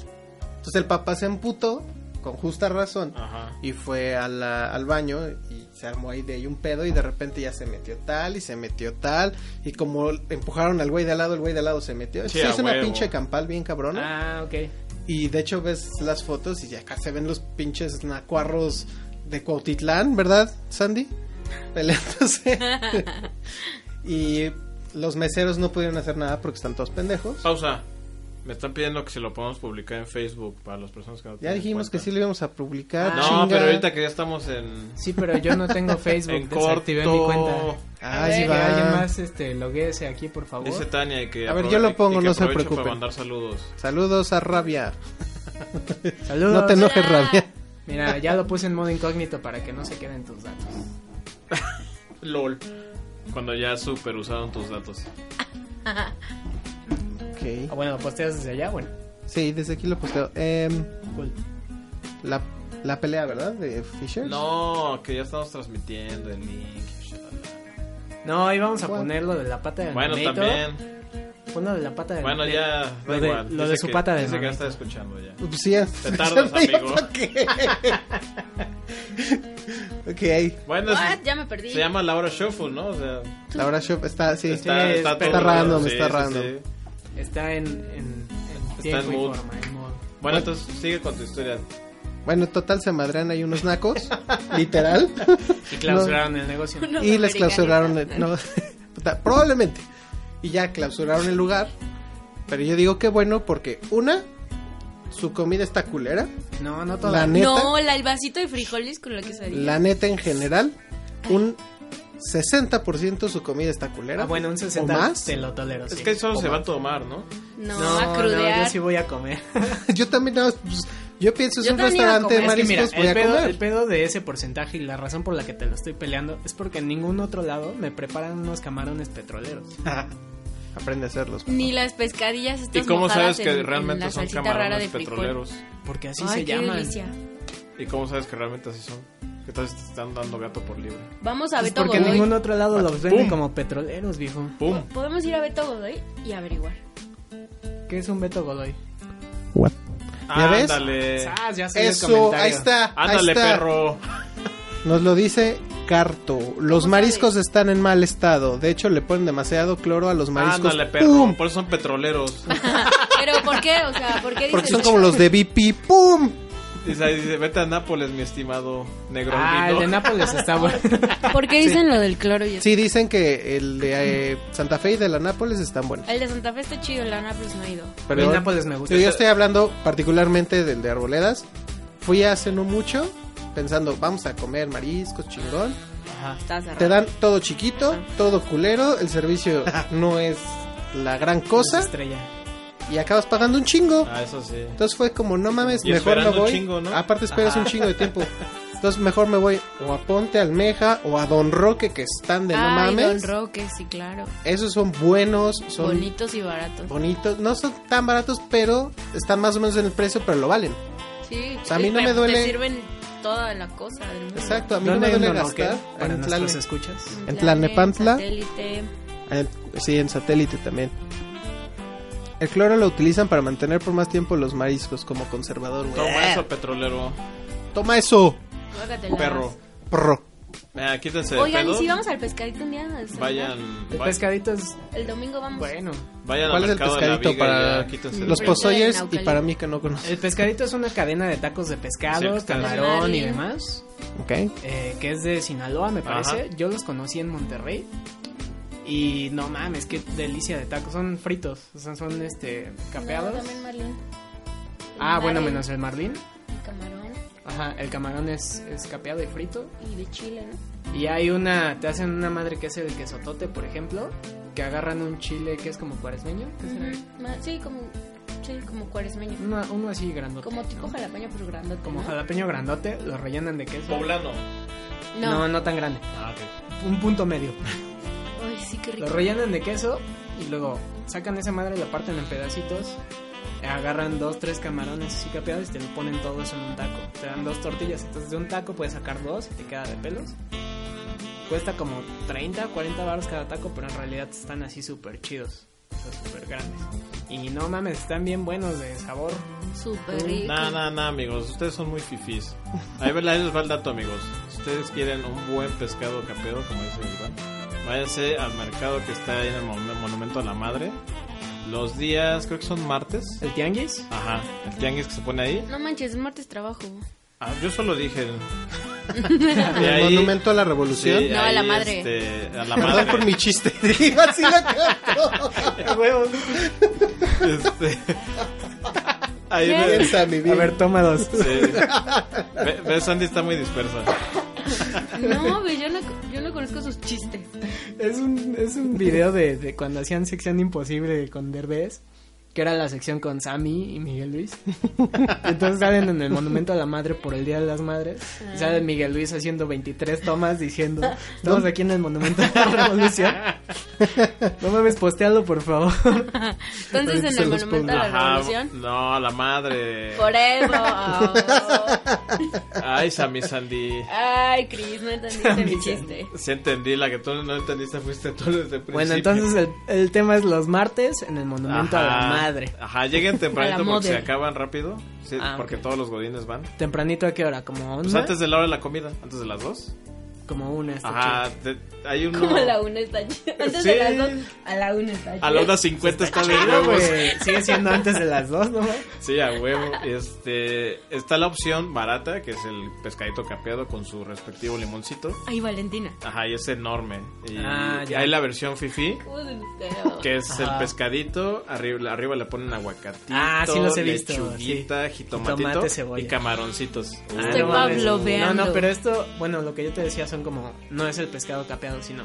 Entonces el papá se emputó, con justa razón, Ajá. y fue a la- al baño y se armó ahí de ahí un pedo y de repente ya se metió tal y se metió tal y como empujaron al güey de al lado, el güey de al lado se metió. Sí, Se a hizo una huevo. pinche campal bien cabrona. Ah, ok. Y de hecho ves las fotos y acá se ven los pinches nacuarros de Cuautitlán, ¿verdad, *laughs* Sandy? Peleándose. y los meseros no pudieron hacer nada porque están todos pendejos. Pausa. Me están pidiendo que si lo podemos publicar en Facebook para las personas que no Ya tienen dijimos que cuenta. sí lo íbamos a publicar. Ah. No, chinga. pero ahorita que ya estamos en, Sí, pero yo *laughs* no tengo Facebook. en desactivé corto. mi cuenta. Ah, A sí ver, Que alguien va. más este, logueese aquí, por favor. Dice Tania y que A ver, aprove- yo lo y pongo, que no se aprovecho preocupen. Para mandar saludos. Saludos a Rabia. Saludos. No te enojes, Rabia. Mira, ya lo puse en modo incógnito para que no se queden tus datos. LOL. Cuando ya super usaron tus datos. Ok. Ah, bueno, posteas desde allá, bueno. Sí, desde aquí lo posteo. Em, Cool. la, la pelea, ¿verdad? De Fisher. No, que ya estamos transmitiendo el link. shalala. No, ahí vamos a Bueno. poner lo de la pata del Bueno, Nator. también. Pon lo de la pata del Bueno, Nator. ya. da Lo de- igual. lo de Dice su que- pata de Dice que ya mamita. está escuchando *laughs* ya. Pues sí, ya. Te tardas, Ya me dijo amigo. por qué. ok. Bueno, What? se, Ya me perdí. se llama Laura Shuffle, ¿no? O sea, Laura Shop está, sí. está, Sí, está, está todo- random, sí, está sí, random. sí. Está en, en, en tiempo y mood. forma, en modo. Bueno, entonces sigue con tu historia. Bueno, total, se madrean ahí *laughs* unos nacos. literal. Y clausuraron el *laughs* negocio. No. y americanos. les clausuraron el, no, *laughs* puta, probablemente y ya clausuraron el lugar pero yo digo que bueno porque una su comida está culera No, no Ah, todo. la neta No, la, el vasito de frijoles con lo que salía. la neta en general un 60% su comida está culera Ah, bueno, un 60 o más te lo tolero. Es sí. que ahí solo O se va más. a tomar, ¿no? No, No, a no, yo crudear. sí voy a comer. *laughs* yo también nada más, pues, yo pienso es Yo un también iba a restaurante de comer. Es que mira, mariscos voy el a pedo, comer el pedo de ese porcentaje y la razón por la que te lo estoy peleando es porque en ningún otro lado me preparan unos camarones petroleros. aprende a hacerlos Ni las pescadillas estas ¿Y cómo mojadas sabes que en- en realmente la son salsita rara de camarones frijol. petroleros? Porque así Ay, se qué llaman. delicia. ¿Y cómo sabes que realmente así son? Que tal si te están dando gato por libre? Vamos a Pues Beto porque en Godoy. ningún otro lado los venden ¡Pum! como petroleros, viejo. ¡Pum! Podemos ir a Beto Godoy y averiguar. *laughs* ¿Qué es un Beto Godoy? ¿Ya ves? Ándale. ¡Sas! Ya salió el Eh, eso comentario. ahí está Ándale, ahí está. perro. Nos lo dice Carto. Los ¿Cómo mariscos están en mal estado. De hecho, le ponen demasiado cloro a Ah, los mariscos. Ándale, perro. ¡Pum! Por eso son petroleros. *laughs* Pero ¿por qué? O sea, ¿por qué Porque dices son eso? como los de BP. ¡Pum! Dice, ahí, dice, vete a Nápoles, mi estimado negro. Ah, el de Nápoles *laughs* está bueno. ¿Por qué dicen lo del cloro y eso? Sí, dicen que el de eh, Santa Fe y de la Nápoles están buenos. El de Santa Fe está chido, el de Anápolis no ha ido. Pero el Nápoles me gusta. Yo, yo estoy hablando particularmente del de Arboledas. Fui hace no mucho pensando, vamos a comer mariscos, chingón. Está cerrado. Te dan todo chiquito, todo culero. El *laughs* servicio no es la gran cosa. Estrella. este. Y acabas pagando un chingo. Ah, eso sí. Entonces fue como, no mames, Y mejor me esperando voy. un chingo, ¿no? Aparte esperas un chingo de tiempo. Entonces mejor me voy o a Ponte Almeja o a Don Roque que están de no Ay, mames. Don Roque, sí, claro. Esos son buenos, son Bonitos y baratos. bonitos, no son tan baratos, pero están más o menos en el precio, pero lo valen. Sí, O sea, a mí no pero me duele- Te sirven toda la cosa del mundo. Exacto, a mí no ¿Dónde me hay duele un Don Roque gastar. Para en nuestros Tlane- escuchas. En Tlalnepantla. Satélite. en- sí, en satélite también. El cloro lo utilizan para mantener por más tiempo los mariscos como conservador, güey. Eh. Toma eso, petrolero. Toma eso, guácatelas. Perro. perro. Ah, quítense de Oigan, ¿y pedos. si vamos al pescadito un día? O sea, Vayan, El va- pescadito es El domingo vamos. bueno. vayan ¿Cuál es al el mercado de la pescadito viga para y ya, quítense de Los pedos. pozoyers y Naucalpan. para mí que no conozco. El pescadito es una cadena de tacos de Sí, pescado, pues, pescado. camarón y Marín. demás. Ok. eh, que es de Sinaloa, me parece. Ajá. Yo los conocí en Monterrey. Y no mames, qué delicia de tacos. Son fritos, o sea, son este, No, capeados. también Marlene. ah, bueno, Marlene, menos el marlín. Camarón Ajá, el camarón es, es capeado y frito. y de chile, ¿no? Y hay una, te hacen una madre que es el quesotote, por ejemplo. Que agarran un chile que es como cuaresmeño. ¿qué será? Ma- Sí, como, sí, como cuaresmeño. Una- uno así grandote. Como tipo ¿no? jalapeño, pero grandote. Como ¿no? jalapeño grandote, lo rellenan de queso. Poblano. No. no, no tan grande. Ah, ok. Un punto medio. Ay, sí, qué rico. Lo rellenan de queso y luego sacan esa madre, la parten en pedacitos, agarran dos, tres camarones así capeados y te lo ponen todo eso en un taco. Te dan dos tortillas, entonces de un taco puedes sacar dos y te queda de pelos. Cuesta como 30, 40 baros cada taco, pero en realidad están así súper chidos, o sea, súper grandes. Y no mames, están bien buenos de sabor. Súper rico. Nah, nah, nah, amigos. Ustedes son muy fifís. Ahí ven- ahí les va el dato, amigos. Si ustedes quieren un buen pescado capeado, como dice Iván, váyanse al mercado que está ahí en el mon- Monumento a la Madre. Los días, creo que son martes. ¿El tianguis? Ajá, el tianguis que se pone ahí. *laughs* No manches, es martes trabajo. Ah, yo solo dije. *laughs* El *laughs* ahí- monumento a la revolución. Sí, No, a la ahí, madre. este, a la Perdón *laughs* madre. por mi *laughs* chiste. *laughs* Digo, así la *laughs* canto. Este, ahí Bien, ves, Sammy, A bien. ver, toma dos. sí. ves, Andy está muy dispersa. No, güey, yo no, yo no conozco sus *laughs* chistes. Es un, es un video de, de cuando hacían sección imposible con Derbez, que era la sección con Sammy y Miguel Luis. Entonces salen en el Monumento a la Madre por el Día de las Madres. Y sale Miguel Luis haciendo 23 tomas diciendo, estamos aquí en el Monumento a la Revolución. No mames, postealo por favor. Entonces, en Se el los monumento a la revolución. no, a la madre. Por *laughs* eso. Ay, Sammy Sandy. Ay, Cris, no *laughs* entendiste mi Amiga. chiste. Sí entendí, la que tú no entendiste fuiste tú desde el principio. Bueno, entonces el, el tema es los martes en el Monumento a la Ajá. Madre. Ajá, *laughs* lleguen A tempranito la porque se mother. acaban rápido. sí, Ah, porque ok. todos los godines van. ¿Tempranito a qué hora? ¿Como Pues una? antes de la hora de la comida, antes de las dos. Como una. este está Ajá, te- hay uno. Como a la una está chida. Antes de Sí. las dos, a la una está chida. A la 1.50 está de chido. Chido, huevos. güey. Sigue siendo antes de las dos, ¿no? Sí, a huevo. Este, está la opción barata, que es el pescadito capeado con su respectivo limoncito. Ay, Valentina. Ajá, y es enorme. Y Ah, ya. hay la versión fifi, Uy, que es Ajá. el pescadito, arriba, arriba le ponen aguacatito, Ah, sí los he visto, lechuguita, jitomatito Jitomate, cebolla. y camaroncitos. Estoy Uh, Ah, no mames. pavloveando. No, no, pero esto, bueno, lo que yo te decía son como, no es el pescado capeado, sino,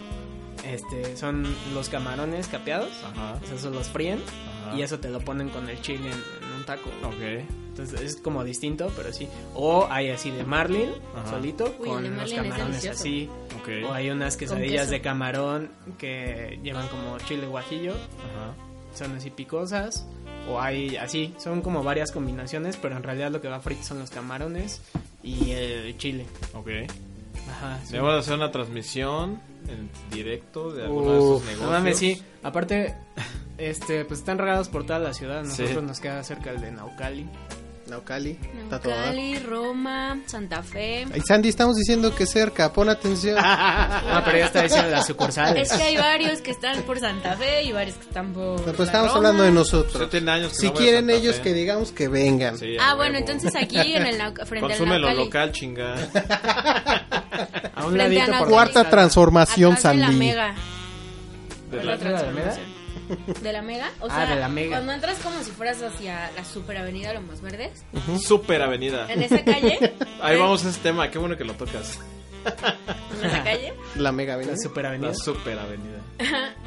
este, son los camarones capeados, Ajá. o sea, eso los fríen Ajá. y eso te lo ponen con el chile en, en un taco. Ok. Entonces es como distinto, pero sí. O hay así de marlin, Ajá. solito, Uy, el de con los marlin es camarones delicioso. así. Ok. O hay unas quesadillas queso. de camarón que llevan como chile guajillo, Ajá. son así picosas. O hay así, son como varias combinaciones, pero en realidad lo que va frito son los camarones y el chile. Ok. Ajá, sí. Le vamos a hacer una transmisión en directo de alguno Uf, de esos negocios. No mames, sí. Aparte, este, pues están regados por toda la ciudad. Nosotros Sí. nos queda cerca el de Naucali. Naucali. está todo dar. Cali, Roma, Santa Fe. Ay, Sandy, estamos diciendo que cerca. Pon atención. Ah, pero ya está diciendo las sucursales. Es que hay varios que están por Santa Fe y varios que están por. Pues la estamos Roma. hablando de Usted nosotros. tiene Pues años que Si no voy a quieren Santa ellos Fe. que digamos que vengan. Sí, a Ah, bueno, huevo. entonces aquí en el Nauca- frente Consume al lo Naucali. local, chinga. A un Frente a ladito por la Naucali. Cuarta calzada. transformación, Atrás de la Sandy. Mega. De Fue la la- ¿De la Alameda? transformación. ¿De la Mega? O Ah, sea, de la Mega. cuando entras como si fueras hacia la superavenida Lomas Verdes, Super avenida. en este esa calle. Ahí vamos a ese tema, qué bueno que lo tocas. En esa calle. La mega La avenida. superavenida. La super avenida.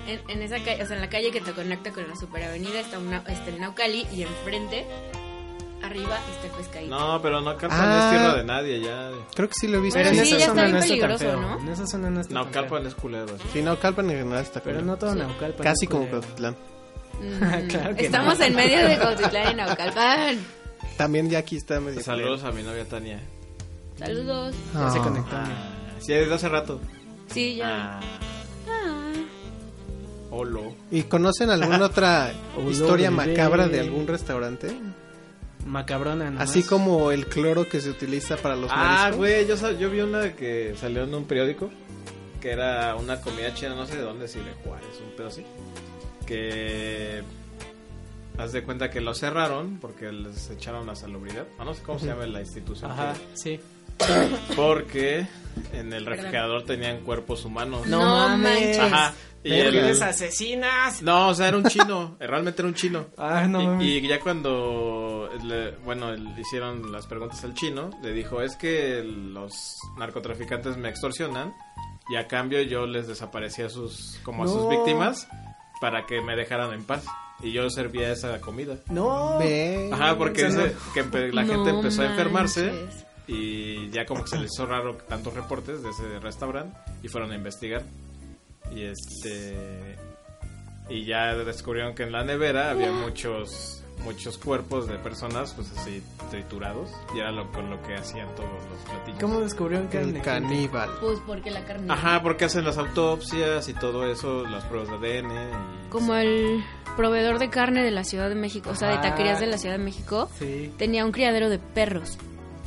En, en esa calle, o sea, en la calle que te conecta con la superavenida está, una, está el Naucali y enfrente, arriba, está el pescadito. No, pero no Calpan Ah. es tierra de nadie ya. Creo que sí lo he visto. Pero Sí, sí, ya está bien es tan peligroso, feo. ¿no? En esa zona no está No, tan Calpan feo. es culero. sí. Sí, Naucalpan en general está Pero culero. no todo Naucalpan. Casi es como culero. Cuautitlán. Mm, *laughs* Claro que Estamos no. en medio de Cuautitlán y Naucalpan. También ya aquí está medio. Saludos a mi novia Tania. Saludos. Ya se Ah. conectó. Ah, sí, desde hace rato. Sí, ya. Ah, Ah. Olo. ¿Y conocen alguna *laughs* otra Olor historia de macabra bebé. de algún restaurante? Macabrona, nomás. Así como el cloro que se utiliza para los Ah, mariscos. güey, yo, sab- yo vi una que salió en un periódico. Que era una comida china, no sé de dónde, si de Juárez, un pedo así. Que. Haz de cuenta que lo cerraron porque les echaron la salubridad. Ah, no sé cómo se llama la institución. Ajá, sí. que- Porque en el refrigerador tenían cuerpos humanos. No manches. Ajá. Y el- ¡Verdes asesinas! No, o sea, era un chino. *laughs* Realmente era un chino. Ah, no Y- mames. y, ya cuando, le- bueno, le hicieron las preguntas al chino, le dijo, es que los narcotraficantes me extorsionan y a cambio yo les desaparecía a sus, como a sus No. víctimas para que me dejaran en paz. Y yo servía esa comida. No. Ve. Ajá, porque O sea, dice que empe- la No gente empezó a enfermarse manches. y ya como que se les hizo raro tantos reportes de ese restaurante y fueron a investigar. Y este y ya descubrieron que en la nevera había muchos muchos cuerpos de personas pues así triturados y era lo con lo que hacían todos los platillos. ¿Cómo descubrieron que eran El de caníbal. Pues porque la carne. Ajá, porque hacen las autopsias y todo eso, las pruebas de ADN y Como el proveedor de carne de la Ciudad de México, o sea, de Ah. Ajá. taquerías de la Ciudad de México, gente? Sí. tenía un criadero de perros.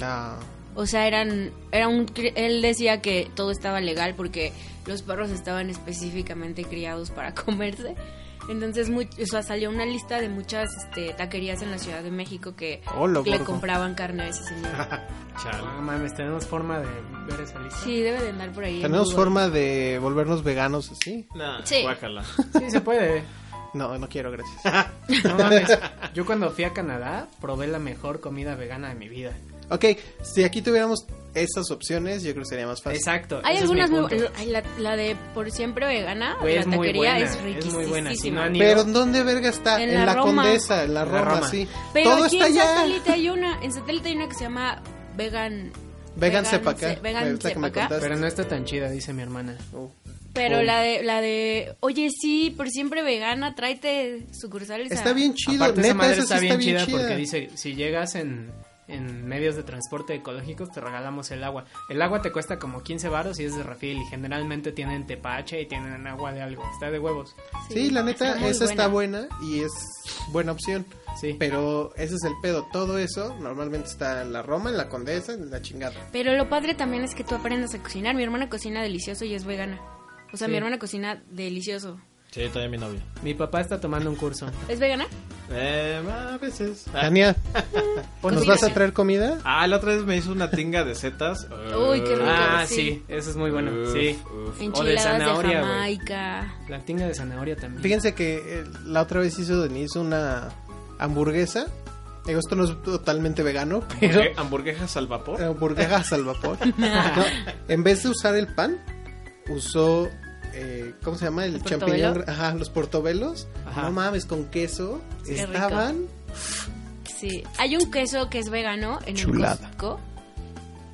Ah. O sea, eran, era un, cri- él decía que todo estaba legal porque los perros estaban específicamente criados para *laughs* comerse. Entonces, mu- o sea, salió una lista de muchas este, taquerías en la Ciudad de México que Oh, lo le gordo. compraban carne a ese *laughs* señor. Chale. No mames, tenemos forma de ver esa lista. Sí, debe de andar por ahí. en ¿Tenemos Google. forma de volvernos veganos así? Nah, Sí. *laughs* guácala. Sí, se puede. ¿eh? No, no quiero, gracias. *laughs* No mames. Yo cuando fui a Canadá probé la mejor comida vegana de mi vida. ok, si aquí tuviéramos esas opciones, yo creo que sería más fácil. Exacto. Hay ese es mi algunas muy punto. bu- ay, la, la de por siempre vegana, Güey, la es muy taquería buena, es es muy buena, si no riquísima. han ido- Pero ¿en dónde verga está? En En, la la, Roma. Condesa, en la En la Roma, Roma. sí. Pero Todo aquí está en allá. satélite hay una, en satélite hay una que se llama vegan. Vegan Cepacá. se- Vegan Es la que me Cepacá. contaste. Pero no está tan chida, dice mi hermana. Oh. Pero Oh. la de, la de, oye, sí, por siempre vegana, tráete sucursales. a- Está bien chido, Aparte, esa neta, madre esa sí está, bien, chida, chida. porque dice, si llegas en, en medios de transporte ecológicos, te regalamos el agua. El agua te cuesta como 15 varos y es de refil y generalmente tienen tepache y tienen agua de algo. Está de huevos. Sí, la neta, está muy esa está buena y es buena opción. Sí. Pero ese es el pedo. Todo eso normalmente está en la Roma, en la Condesa, en la chingada. Pero lo padre también es que tú aprendas a cocinar. Mi hermana cocina delicioso y es vegana. O sea, Sí. mi hermana cocina delicioso. Sí, también mi novia. Mi papá está tomando un curso. ¿Es vegana? Eh, a veces. Ah, Tania, Pues ¿nos mira, vas a sí. traer comida? Ah, la otra vez me hizo una tinga de setas. Uy, qué rico. Ah, sí. sí. eso es muy bueno. Uf, sí. uf. Enchiladas de, zanahoria, güey. Jamaica. La tinga de zanahoria también. Fíjense que eh, la otra vez hizo Denise una hamburguesa. Digo, esto no es totalmente vegano, pero Hamburgue- hamburguesas al vapor. Ah, hamburguesas al vapor. No, en vez de usar el pan, usó, eh, ¿cómo se llama? El, portobelo? champiñón. gra- Ajá, los portobelos. Ajá. No mames, con queso. Qué rico. Estaban Sí. Hay un queso que es vegano en el Chulada. Costco.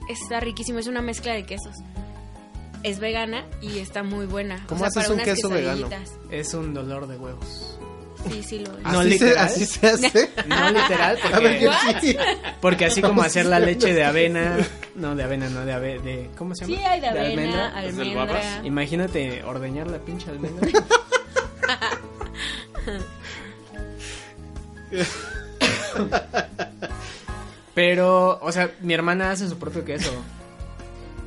Está riquísimo, es una mezcla de quesos. Es vegana y está muy buena. o ¿Cómo sea, haces para un unas queso vegano? quesadillitas. Es un dolor de huevos. Sí, sí lo es. No, así, se, literal. así se hace. No literal, *laughs* porque, A ver, yo sí. porque así como Vamos *laughs* hacer la leche de haciendo- avena, no de avena, no de ave, de ¿cómo se llama? Sí, hay de avena, almendra. ¿Es del almendra. babas? Imagínate ordeñar la pinche almendra. Pero, o sea, mi hermana hace su propio queso.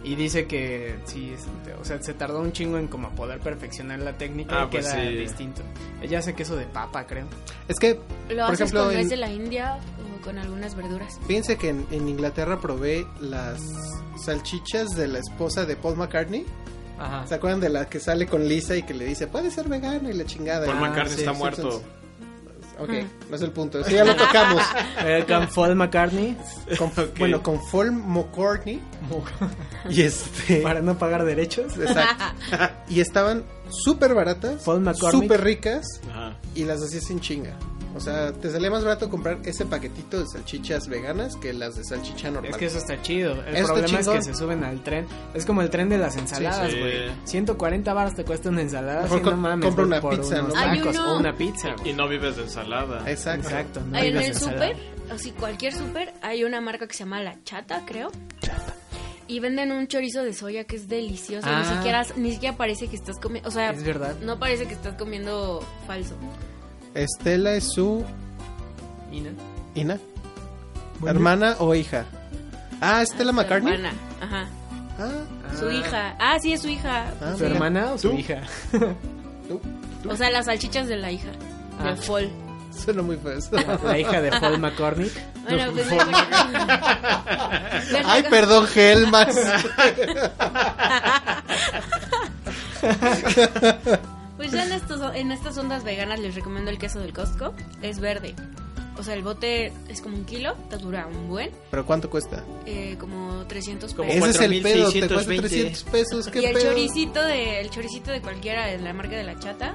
Y dice que sí, este, o sea, se tardó un chingo en como poder perfeccionar la técnica Ah, y pues queda sí. distinto. Ella hace queso de papa, creo. Es que, Lo por haces ejemplo, con nuez en- de la India o con algunas verduras. fíjense que en, en Inglaterra probé las salchichas de la esposa de Paul McCartney. Ajá. ¿Se acuerdan de la que sale con Lisa y que le dice, puede ser vegano y la chingada? Paul Ah, McCartney sí, está sí, muerto. entonces- Ok, no es el punto. Eso ya lo *laughs* tocamos. Welcome, Paul *laughs* McCartney. Con- Ok. Bueno, con Paul McCartney. Y este. Para no pagar derechos. Exacto. *laughs* Y estaban súper baratas, Paul McCartney. súper ricas Ajá. y las hacías sin chinga. O sea, te salía más barato comprar ese paquetito de salchichas veganas que las de salchicha normal. Es que eso está chido. Eso El está problema es chingón. que se suben al tren. Es como el tren de las ensaladas, Sí, sí. güey. 140 baros te cuesta una ensalada. Mejor sí, co- no mames, compra güey, una por pizza, unos ¿no? Hay tacos uno- o una pizza, güey. Y no vives de ensalada. Exacto. Exacto. no Hay en digas el ensalada. súper, así cualquier súper, hay una marca que se llama La Chata, creo. Y venden un chorizo de soya que es delicioso. Ah. Ni, siquiera, ni siquiera parece que estás comiendo. O sea, Es verdad. no parece que estás comiendo falso. Estela es su Ina. Ina, hermana o hija. Ah, Estela Su McCartney. hermana, Ajá. Ah, Su Ah, hija. Ah, sí, es su hija. Ah, Sí. ¿Su hermana o su ¿Tú? hija? tú. O sea, las salchichas de la hija. Ah. De Fol. Suena muy *laughs* feo eso. La hija de Paul McCormick. Bueno, pues. de *laughs* acuerdo. Ay, perdón, Helmas. *laughs* Pues ya en, estos- en estas ondas veganas les recomiendo el queso del Costco. Es verde. O sea, el bote es como un kilo, te dura un buen, Pero ¿cuánto cuesta? eh, como 300 Como pesos. Ese es el pedo, te 4,620. cuesta 300 pesos, qué Y el pedo. choricito, de, el choricito de cualquiera, de la marca de la chata,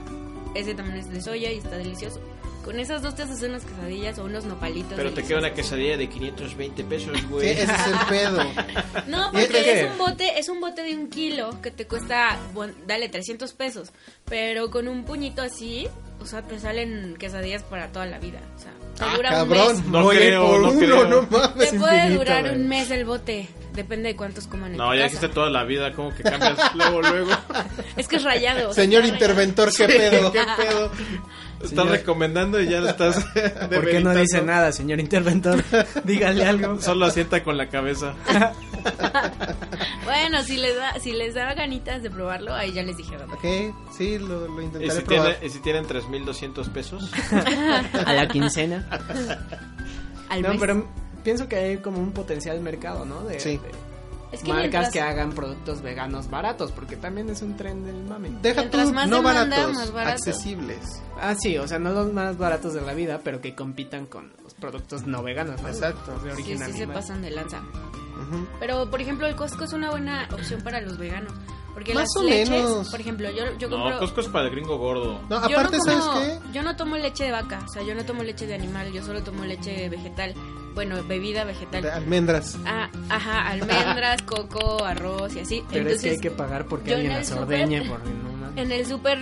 ese también es de soya y está delicioso. Con esas dos te haces unas quesadillas o unos nopalitos. Pero te queda deliciosos. una quesadilla de 520 pesos, Sí, güey. ese es el *laughs* pedo. No, Yo creo porque que- es un bote, es un bote de un kilo que te cuesta, bueno, dale 300 pesos, pero con un puñito así, o sea, te salen quesadillas para toda la vida, o sea, te Ah, dura un mes. cabrón, No voy a ir creo, por no uno, creo. no mames. Te puede infinito, durar güey. un mes el bote Depende de cuántos coman en No, tu ya casa. hiciste toda la vida, como que cambias luego, luego. Es que es rayado. Señor interventor, qué *laughs* pedo. ¿Qué pedo? Estás Señor. recomendando y ya lo estás. ¿Por qué no dice nada, señor *laughs* interventor? Dígale algo. Solo asienta con la cabeza. Bueno, si les, da, si les daba ganitas de probarlo, ahí ya les dije dónde. Ok, sí, lo, lo ¿Y intentaré si, tiene, probar. ¿Y si tienen 3.200 pesos? A la quincena. Al No, mes. pero pienso que hay como un potencial mercado, ¿no? De, Sí. de es marcas mientras- que hagan productos veganos baratos, porque también es un tren del mame. Deja tú, Mientras más no demanda, baratos, más barato. accesibles. Ah, sí, o sea, no los más baratos de la vida, pero que compitan con los productos no veganos, ¿no? Exacto. Los De Sí, origen sí se animal. pasan de lanza. Ujú. Pero, por ejemplo, el Costco es una buena opción para los veganos. Porque Más las o leches, menos. por ejemplo, yo, yo compro... No, Costco es para el gringo gordo. No, yo aparte, no como- ¿sabes qué? Yo no tomo leche de vaca, o sea, yo no tomo leche de animal, yo solo tomo leche vegetal. Bueno, bebida vegetal. De almendras. Ah, ajá, almendras, coco, arroz y así. Pero es que Entonces, hay que pagar porque yo alguien en el las súper- ordeñe, porque no mames. en el súper,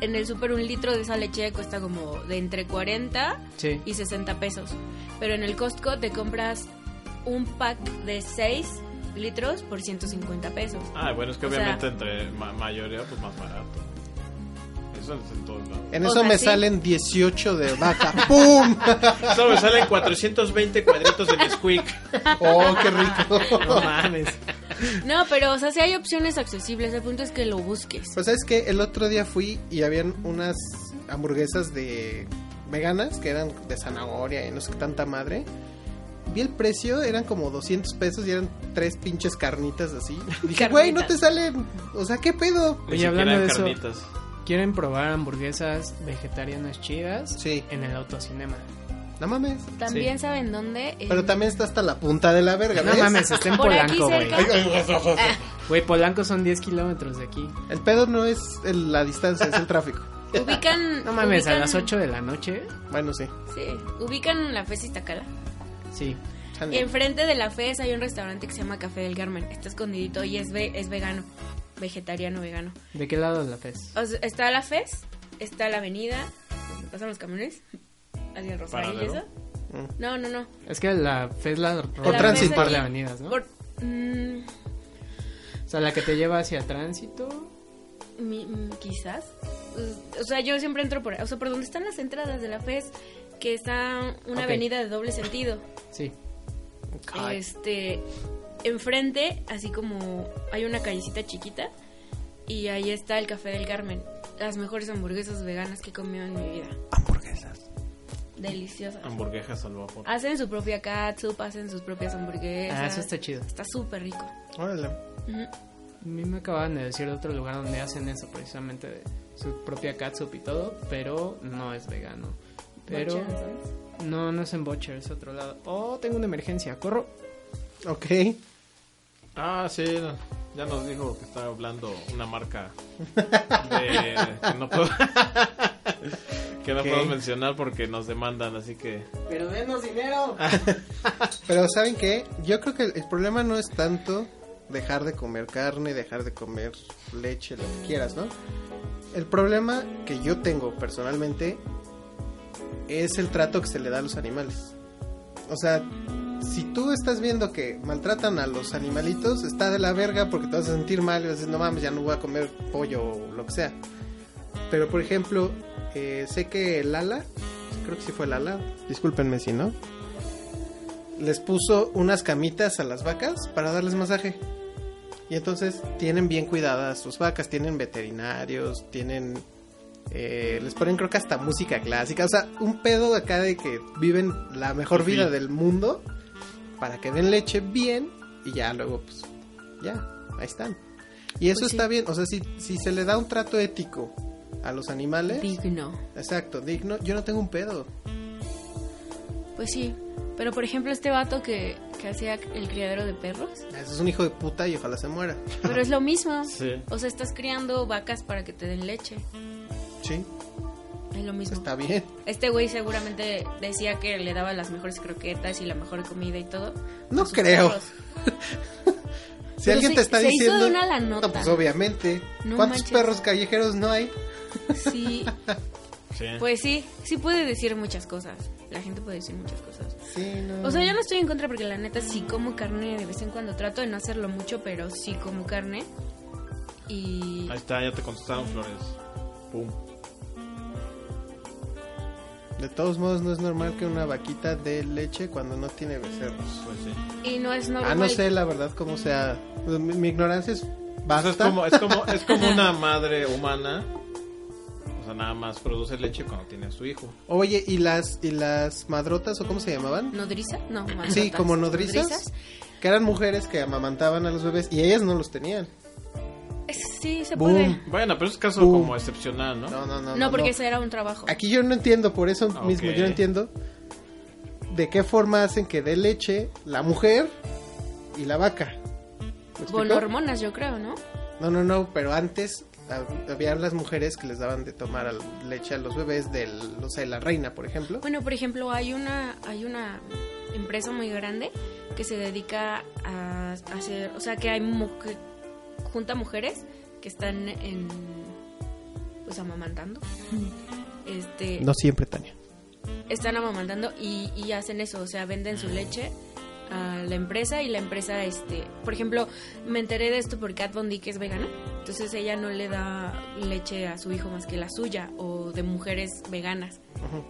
en el súper un litro de esa leche cuesta como de entre 40 Sí. y 60 pesos. Pero en el Costco te compras un pack de 6 litros por 150 pesos. Ah, bueno, es que O sea- obviamente entre ma- mayoría, pues más barato. Eso es en *laughs* todos lados. En O eso sea, me sí. salen 18 de vaca. *laughs* ¡Pum! Solo me salen 420 cuadritos de Nesquik. ¡Oh, qué rico! No mames. No, pero o sea, si hay opciones accesibles, el punto es que lo busques. Pues sabes que el otro día fui y habían unas hamburguesas de veganas que eran de zanahoria y no sé qué tanta madre. Vi el precio, eran como 200 pesos y eran tres pinches carnitas así. Y dije, güey, no te salen. O sea, ¿qué pedo? Oye, Ni siquiera hablando de eso- carnitas. ¿Quieren probar hamburguesas vegetarianas chidas? Sí. En el autocinema. No mames. También saben dónde. eh, Pero también está hasta la punta de la verga, No ¿ves? mames, está en Por aquí Polanco, güey. cerca. Ay, Güey, Polanco son 10 kilómetros de aquí. El pedo no es el- la distancia, es el tráfico. ubican. No mames, a ubican- las 8 de la noche. Bueno, sí. Sí, ubican la FES Iztacala. Sí. Chale. Enfrente de la FES hay un restaurante que se llama Café del Carmen. Está escondidito y es, ve- es vegano. Vegetariano, vegano. ¿De qué lado es la FES? O sea, está la FES, está la avenida, donde pasan los camiones, hacia el Rosario y Paradero. eso. Mm, No, no, no. Es que la FES la Por La tránsito. FES Par aquí, de avenidas, ¿no? Por, mm, O sea, la que te lleva hacia tránsito. mi- mm, quizás. Pues, O sea, yo siempre entro por... O sea, por donde están las entradas de la FES, que está una Ok. avenida de doble sentido. Sí. Ay. Este, enfrente, así como hay una callecita chiquita y ahí está el Café del Carmen. Las mejores hamburguesas veganas que he comido en mi vida. Hamburguesas. Deliciosas. Hamburguesas al vapor. Hacen su propia catsup, hacen sus propias hamburguesas. Ah, eso está chido. Está súper rico. Órale. Ujú. A mí me acaban de decir de otro lugar donde hacen eso precisamente de su propia catsup y todo, pero no es vegano. Pero Muchas gracias. no, no es en Butcher, es otro lado. Oh, tengo una emergencia, corro. Ok. Ah, sí. no. Ya nos dijo que estaba hablando una marca de, que no puedo, *laughs* que no Ok. puedo mencionar porque nos demandan, así que... Pero denos dinero. Pero ¿saben qué? Yo creo que el, el problema no es tanto dejar de comer carne, dejar de comer leche, lo que quieras, ¿no? El problema que yo tengo personalmente es el trato que se le da a los animales. O sea, si tú estás viendo que maltratan a los animalitos, está de la verga porque te vas a sentir mal y vas a decir, no mames, ya no voy a comer pollo o lo que sea. Pero por ejemplo, eh, sé que Lala, creo que sí fue Lala, discúlpenme si no, les puso unas camitas a las vacas para darles masaje. Y entonces tienen bien cuidadas sus vacas, tienen veterinarios, tienen... eh, les ponen creo que hasta música clásica, o sea, un pedo de acá de que viven la mejor vida del mundo para que den leche bien y ya luego pues ya, ahí están. Y eso Pues sí. está bien, o sea, si, si se le da un trato ético a los animales, Digno. exacto, digno, yo no tengo un pedo. Pues sí. Pero por ejemplo, este vato que, que hacía el criadero de perros. Eso es un hijo de puta y ojalá se muera. Pero es lo mismo. Sí. O sea, estás criando vacas para que te den leche. Sí, Es lo mismo. está bien. Este güey seguramente decía que le daba las mejores croquetas y la mejor comida y todo. No a sus creo. perros. Si Pero alguien se- te está se hizo diciendo. de una la nota. No, pues obviamente. No ¿Cuántos manches. perros callejeros no hay? Sí. Sí, Sí. Pues sí, sí puede decir muchas cosas. La gente puede decir muchas cosas. Sí, no. O sea, yo no estoy en contra porque la neta sí como carne de vez en cuando. Trato de no hacerlo mucho, pero sí como carne. Y... Ahí está, ya te contestaron Flores. Pum. De todos modos, no es normal que una vaquita dé leche cuando no tiene becerros. Pues sí. Y no es normal. Ah, no sé, la verdad, cómo sea. Pues, Mi, mi ignorancia es O sea, basta. es como, es como, es como *laughs* una madre humana. O sea, nada más produce leche cuando tiene a su hijo. Oye, ¿y las, ¿y las madrotas o cómo se llamaban? ¿Nodriza? No, Sí, mascotas. como nodrizas, Que eran mujeres que amamantaban a los bebés y ellas no los tenían. Eh, Sí, se Boom. puede. Bueno, pero es caso Uh. como excepcional, ¿no? No, no, no. No, porque ese era un trabajo. Aquí yo no entiendo, por eso Ah, mismo ok. yo no entiendo de qué forma hacen que dé leche la mujer y la vaca. ¿Me explico? Con hormonas, yo creo, ¿no? No, no, no, pero antes hab- había las mujeres que les daban de tomar al- leche a los bebés del, no sé, la reina, por ejemplo. Bueno, por ejemplo, hay una, hay una empresa muy grande que se dedica a hacer, o sea, que hay mu- que junta mujeres que están en, pues amamantando, este, No siempre, Tania. están amamantando y, y hacen eso, o sea, venden su leche a la empresa y la empresa, este, por ejemplo, me enteré de esto porque Kat Von D que es vegana, entonces ella no le da leche a su hijo más que la suya o de mujeres veganas.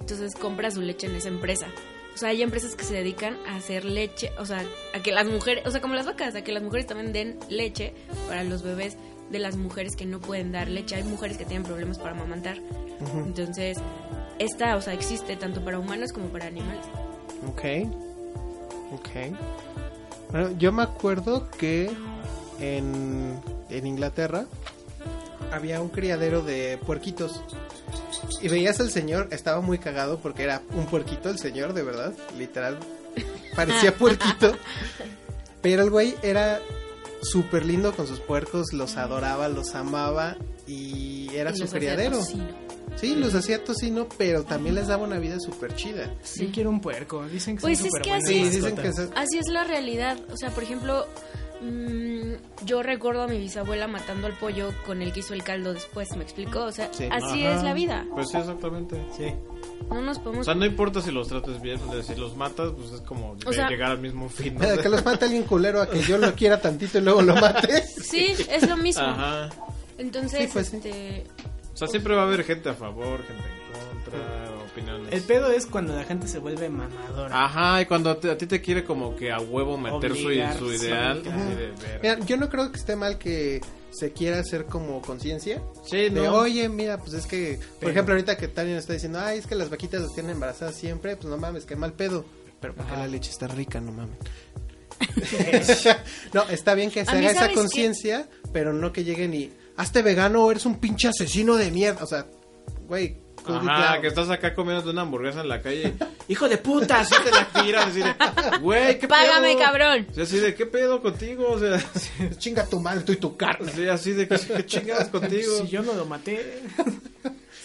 Entonces compra su leche en esa empresa. O sea, hay empresas que se dedican a hacer leche, o sea, a que las mujeres, o sea, como las vacas, a que las mujeres también den leche para los bebés de las mujeres que no pueden dar leche. Hay mujeres que tienen problemas para amamantar. Entonces, esta, o sea, existe tanto para humanos como para animales. Ok. Ok. Bueno, yo me acuerdo que en, en Inglaterra había un criadero de puerquitos. Y veías al señor, estaba muy cagado porque era un puerquito el señor, de verdad. Literal. *laughs* Parecía puerquito. Pero el güey era súper lindo con sus puercos, los adoraba, los amaba y era Y su los hacía criadero. tocino. Sí, los hacía tocino, pero también les daba una vida súper chida. Sí. Yo quiero un puerco. Dicen que Pues son es súper que buenas así Sí, es. dicen mascotas. que se- Así es la realidad. O sea, por ejemplo, mm, yo recuerdo a mi bisabuela matando al pollo con el que hizo el caldo después, ¿me explico? O sea, Sí. así Ajá. es la vida. Pues sí, exactamente. Sí. No nos O podemos... sea, no importa si los trates bien, o sea, si los matas, pues es como de sea- llegar al mismo fin. *laughs* ¿no? Nada, que los mate alguien culero a que yo lo quiera tantito y luego lo mate. *laughs* Sí, es lo mismo. Ajá. Entonces, Sí, pues, sí. este, O sea, siempre va a haber gente a favor, gente en contra, opiniones. El pedo es cuando la gente se vuelve mamadora. Ajá, y cuando te- a ti te quiere como que a huevo meter su, Obligar, su sí, ideal. claro. así de ver. Mira, yo no creo que esté mal que se quiera hacer como conciencia. Sí, De, no. oye, mira, pues es que, por Pero- ejemplo, ahorita que Tania nos está diciendo, ay, es que las vaquitas las tienen embarazadas siempre, pues no mames, qué mal pedo. Pero porque la leche está rica, no mames. no, está bien que se A mí, haga esa ¿sabes qué? conciencia, pero no que lleguen y, hazte vegano o eres un pinche asesino de mierda. O sea, güey, cool it Ajá, down. que estás acá comiéndote una hamburguesa en la *laughs* calle. Hijo *laughs* de puta, así te la tiran. Así de, güey, qué págame, pedo?" cabrón. O sea, así de, ¿qué pedo contigo? O sea, *laughs* Chinga tu mal, tú y tu carne. así, así de, ¿qué, qué chingadas contigo? Si yo no lo maté.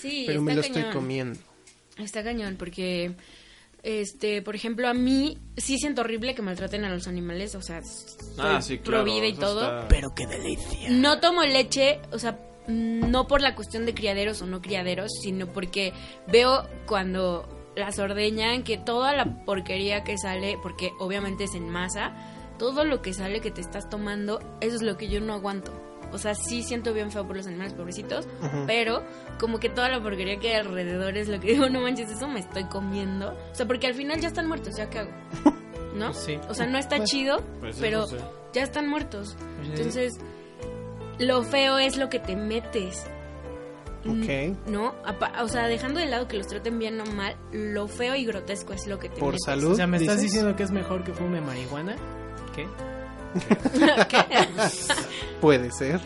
Sí, Pero está me lo cañón. estoy comiendo. Está cañón porque, este, por ejemplo, a mí sí siento horrible que maltraten a los animales, o sea, Ah, estoy sí, pro claro. vida y eso todo. está- Pero qué delicia. No tomo leche, o sea, mm, no por la cuestión de criaderos o no criaderos, sino porque veo cuando las ordeñan que toda la porquería que sale, porque obviamente es en masa, todo lo que sale que te estás tomando, eso es lo que yo no aguanto. O sea, sí siento bien feo por los animales pobrecitos, pero como que toda la porquería que hay alrededor es lo que *laughs* digo, no manches, eso me estoy comiendo. O sea, porque al final ya están muertos, ya qué hago. ¿No? Sí. O sea, no está Pues- chido, Pues eso pero sí. ya están muertos. Entonces, lo feo es lo que te metes. Mm, Ok. No, Apa- o sea, dejando de lado que los traten bien o mal, lo feo y grotesco es lo que te Por metes. salud. O sea, ¿me estás ¿Dices? diciendo que es mejor que fume marihuana? ¿Qué? Puede ser.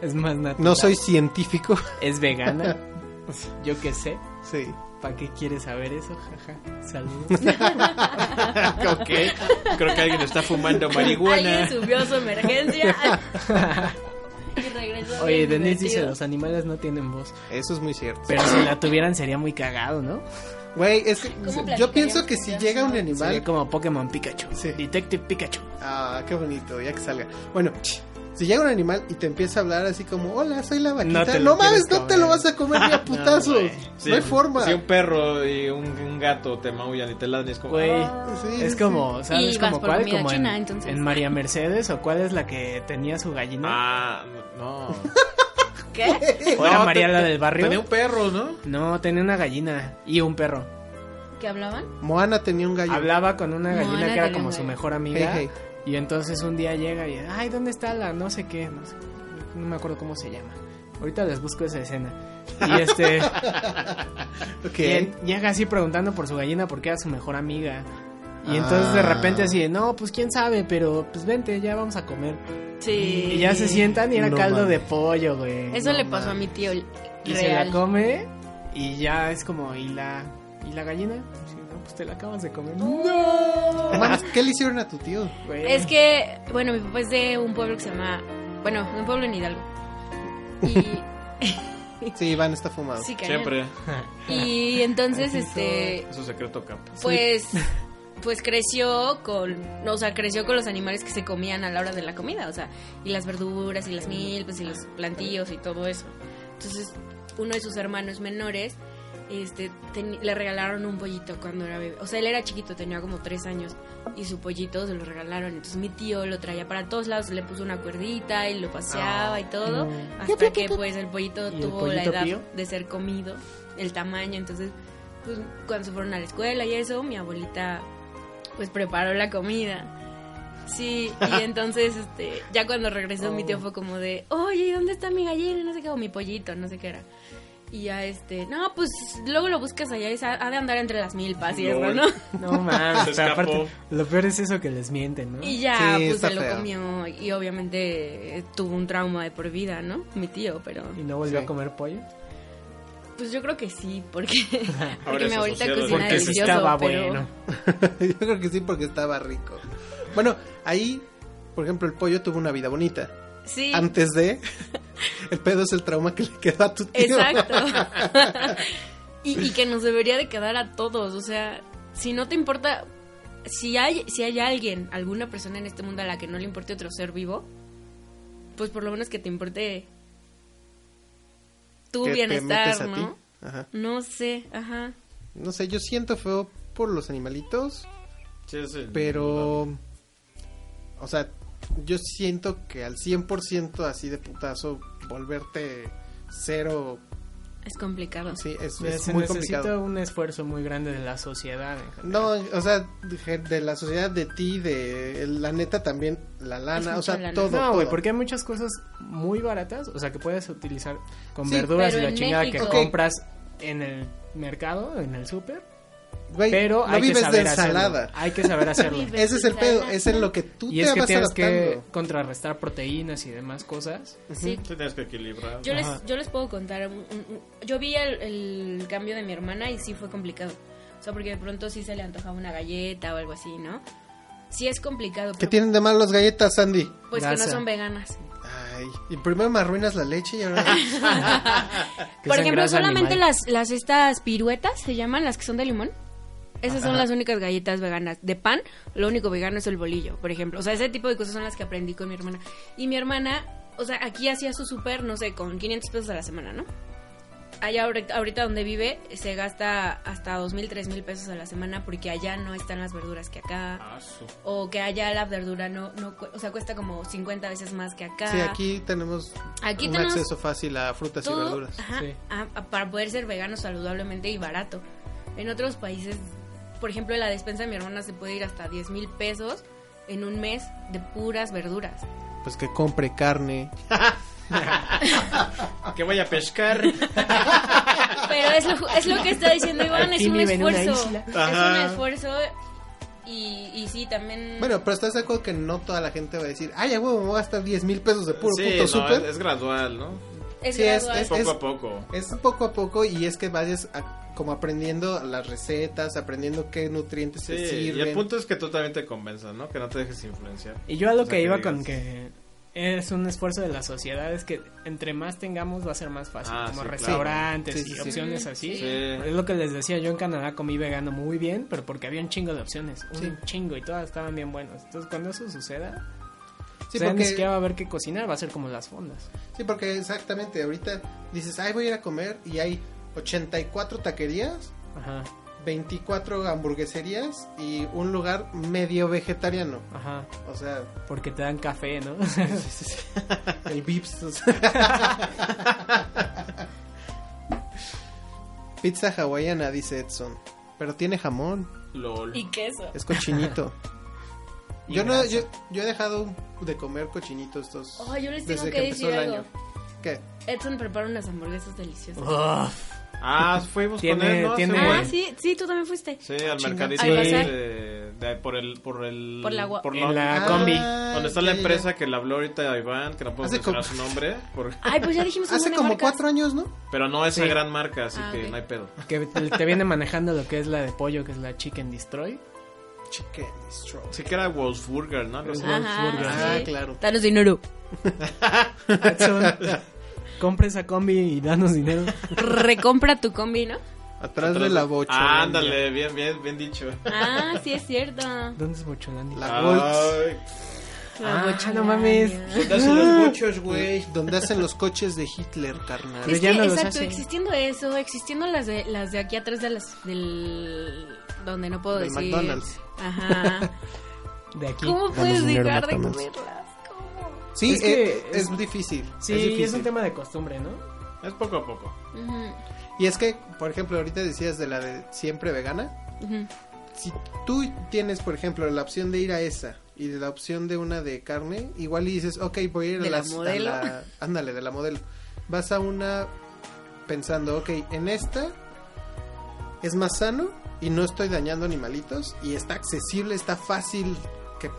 Es más natural. No soy científico. *laughs* ¿Es vegana? Yo qué sé. Sí. ¿Para qué quieres saber eso? *laughs* Jaja. Saludos. Ah, Ok, creo que alguien está fumando marihuana. Alguien subió su *laughs* emergencia y regresó. Oye, bien Denise dice, divertido. los animales no tienen voz. Eso es muy cierto. Pero si la tuvieran sería muy cagado, ¿no? Güey, es que yo platicaríamos pienso que con si ellos, llega un no? animal. Sería como Pokémon Pikachu. Sí. Detective Pikachu. Ah, qué bonito, ya que salga. Bueno, Si llega un animal y te empieza a hablar así como, hola, soy la vaquita, no, No te lo mames, quieres no te lo comer. vas a comer *laughs* ni a putazos. no, güey. Sí, hay forma. Si un perro y un, un gato te maullan y te ladran, es como. Güey, Ah, Sí, es sí, como, ¿sabes? Y vas Como por cuál, comida como china, en, entonces. en María Mercedes o cuál es la que tenía su gallina. Ah, no. ¿Qué? ¿O era No, María te- la del barrio? Tenía un perro, ¿no? No, tenía una gallina y un perro. ¿Qué hablaban? Moana tenía un gallo. Hablaba con una Moana gallina que era tenía como un su gallo. mejor Hey, amiga. hey. Y entonces un día llega y, ay, ¿dónde está la no sé qué? No, sé, no me acuerdo cómo se llama. Ahorita les busco esa escena. *laughs* Y este, Ok. y él llega así preguntando por su gallina porque era su mejor amiga. Y entonces de Ah. repente así, de, no, pues quién sabe, pero pues vente, ya vamos a comer. Sí. Y ya se sientan y era No caldo de mames. pollo, güey. Eso No le pasó a mi mames. tío l- Y se la real. come y ya es como, ¿y la, y la gallina? Sí, no, pues te la acabas de comer. No mames, ¿qué le hicieron a *laughs* tu tío? Güey. Mm, Es que, bueno, mi papá es de un pueblo que se llama, bueno, de un pueblo en Hidalgo. *laughs* Y Sí, Iván está fumado. sí, cañón. Siempre. Y entonces, este, Es un secreto cap. pues, pues creció con, o sea, creció con los animales que se comían a la hora de la comida, o sea, y las verduras y las milpas y los plantíos y todo eso. Entonces, uno de sus hermanos menores, este, ten- le regalaron un pollito cuando era bebé. O sea, él era chiquito, tenía como tres años y su pollito se lo regalaron. Entonces mi tío lo traía para todos lados, le puso una cuerdita y lo paseaba y todo, hasta que pues el pollito ¿Y el tuvo la pollito edad pío? de ser comido, el tamaño. Entonces, pues cuando se fueron a la escuela y eso, mi abuelita pues preparó la comida. Sí, y entonces este, ya cuando regresó mi tío fue como de, oye, ¿y ¿dónde está mi gallina? No sé qué, o mi pollito, no sé qué era. Y ya este, no, pues luego lo buscas allá, es, ha ha de andar entre las milpas y eso, Lol. ¿no? No mames, Se o sea, escapó. aparte, lo peor es eso que les mienten, ¿no? Y ya, Sí, pues está se lo feo. comió y obviamente eh, tuvo un trauma de por vida, ¿no? Mi tío, pero Y no volvió Sí. a comer pollo. pues yo creo que sí, porque, porque Ahora mi es abuelita asociado, cocina porque sí delicioso, estaba pero bueno. *laughs* Yo creo que sí, porque estaba rico. Bueno, ahí, por ejemplo, el pollo tuvo una vida bonita. sí, Antes de. *laughs* El pedo es el trauma que le quedó a tu tío. *laughs* Exacto. *laughs* y, y que nos debería de quedar a todos. O sea, si no te importa, si hay, si hay alguien, alguna persona en este mundo a la que no le importe otro ser vivo, pues por lo menos que te importe tu Que te metes bienestar, a ¿no? ti. Ajá. No sé, ajá. No sé, yo siento feo por los animalitos, Sí, sí. pero... O sea, yo siento que al 100% así de putazo, volverte cero, Es complicado. sí, es, Se- es se muy necesita complicado. un esfuerzo muy grande de la sociedad. en general. No, o sea, de, gen- de la sociedad, de ti, de la neta también, la lana, mucha o sea, lana. todo. No, güey, todo. porque hay muchas cosas muy baratas, o sea, que puedes utilizar con Sí, verduras y pero la en chingada México- que Ok. compras en el mercado, en el súper. Güey, no Pero hay que vives de saber ensalada. hacerlo. Hay que *laughs* saber hacerlo. Vive- Ese es el pedo, Ensalada. es en lo que tú y te es que vas tienes que adaptando. contrarrestar proteínas y demás cosas. Sí, Te tienes que equilibrar. Yo Ajá. les, yo les puedo contar. un- un- un- yo vi el, el cambio de mi hermana y sí fue complicado. O sea, porque de pronto sí se le antojaba una galleta o algo así, ¿no? Sí es complicado. ¿Qué Pero, tienen de mal las galletas, Sandy? pues que Grasa. no son veganas. Ay, y primero me arruinas la leche y *laughs* ahora... que Por sean ejemplo, grasa solamente animal. las, las estas piruetas se llaman, las que son de limón. Esas son las únicas galletas veganas. De pan, lo único vegano es el bolillo, por ejemplo. O sea, ese tipo de cosas son las que aprendí con mi hermana. Y mi hermana, o sea, aquí hacía su súper, no sé, con 500 pesos a la semana, ¿no? Allá ahorita, ahorita donde vive se gasta hasta 2.000, 3.000 pesos a la semana porque allá no están las verduras que acá. Ah, su- O que allá la verdura no, no cu- o sea, cuesta como 50 veces más que acá. Sí, aquí tenemos Aquí un tenemos acceso fácil a frutas y todo, verduras. ajá, Sí. a- a- para poder ser vegano saludablemente y barato. En otros países, por ejemplo, la despensa de mi hermana se puede ir hasta 10 mil pesos en un mes de puras verduras. Pues que compre carne. Ah, Que vaya *laughs* a pescar. Pero es lo, es lo que está diciendo Iván, es Aquí un vive en una esfuerzo. isla. Es un Ajá. esfuerzo y, y sí, también... Bueno, pero estás de acuerdo que no toda la gente va a decir, ay, a huevo, me voy a gastar 10 mil pesos de puro Sí, puto no, súper. es, es gradual, ¿no? es sí, es- gradual. es- Poco es- a poco. Es poco a poco y es que vayas a- como aprendiendo las recetas, aprendiendo qué nutrientes Sí, te y sirven. el punto es que tú también te convenzas, ¿no? Que no te dejes influenciar. Y yo a lo O sea, que que iba digas. con que es un esfuerzo de la sociedad es que entre más tengamos va a ser más fácil, Ah, como sí, claro. restaurantes Sí, sí, y sí. opciones así. Sí. Es lo que les decía, yo en Canadá comí vegano muy bien, pero porque había un chingo de opciones, un Sí. chingo y todas estaban bien buenas. Entonces cuando eso suceda, o sea, ni siquiera va a haber que cocinar, va a ser como las fondas. Sí, porque exactamente, ahorita dices, ay, voy a ir a comer y hay 84 taquerías, Ajá, 24 hamburgueserías y un lugar medio vegetariano. ajá. O sea, Porque te dan café, ¿no? el Vips. *laughs* o sea. Pizza hawaiana, dice Edson. Pero tiene jamón, LOL. Y queso. es cochinito. Y yo no, grasa. yo, yo he dejado de comer cochinitos estos. Oh, yo les tengo desde que, empezó decir el algo. año. ¿Qué? Edson prepara unas hamburguesas deliciosas. Uf, Ah, fuimos con Tiene- él, ¿no? tiene- Hace ah, buen- sí, sí, tú también fuiste. Sí, al chinga. mercadito Al de, bazar. de- por el por el Por la gua- En la- Ah, combi. donde está la ya, ya, ya. empresa que le habló ahorita a Iván, que no puedo Hace mencionar como- su nombre, por- Ay, pues ya dijimos Hace una como marca. cuatro años, ¿no? pero no esa Sí. gran marca, así Ah, que ok. no hay pedo. que te te viene manejando lo que es la de pollo, que es la Chicken *laughs* Destroy. Chicken Straw. Sí que era Wolfsburger, ¿no? Algo así. Ajá, Ah, sí. claro. Danos dinero. Edson, compra esa combi y danos dinero. Recompra tu combi, ¿no? Atrás, de la bocha. Ah, ándale, bien, bien, bien dicho. Ah, sí es *laughs* cierto. ¿Dónde es Bocholandia? La Volks. Ay, La Ah, bocha no mames. grande. pues ¿Dónde hacen los coches, güey? Donde hacen los coches de Hitler, carnal. Pero Es ya que, no los exacto, hacen. existiendo eso, existiendo las de, las de aquí atrás de las del... Donde no puedo Del decir... McDonald's. *laughs* Ajá. De aquí. ¿Cómo Danos puedes dinero, dejar de McDonald's. comerlas? ¿Cómo? Sí, Es es, que es, es- difícil. Sí, es es, difícil. un tema de costumbre, ¿no? es poco a poco. Ujú, Y es que, por ejemplo, ahorita decías de la de siempre vegana. ujú. Si tú tienes, por ejemplo, la opción de ir a esa y de la opción de una de carne, igual y dices, ok, voy a ir a ¿De la las- a modelo? la- ándale, de la modelo. Vas a una pensando, ok, en esta es más sano y no estoy dañando animalitos y está accesible, está fácil que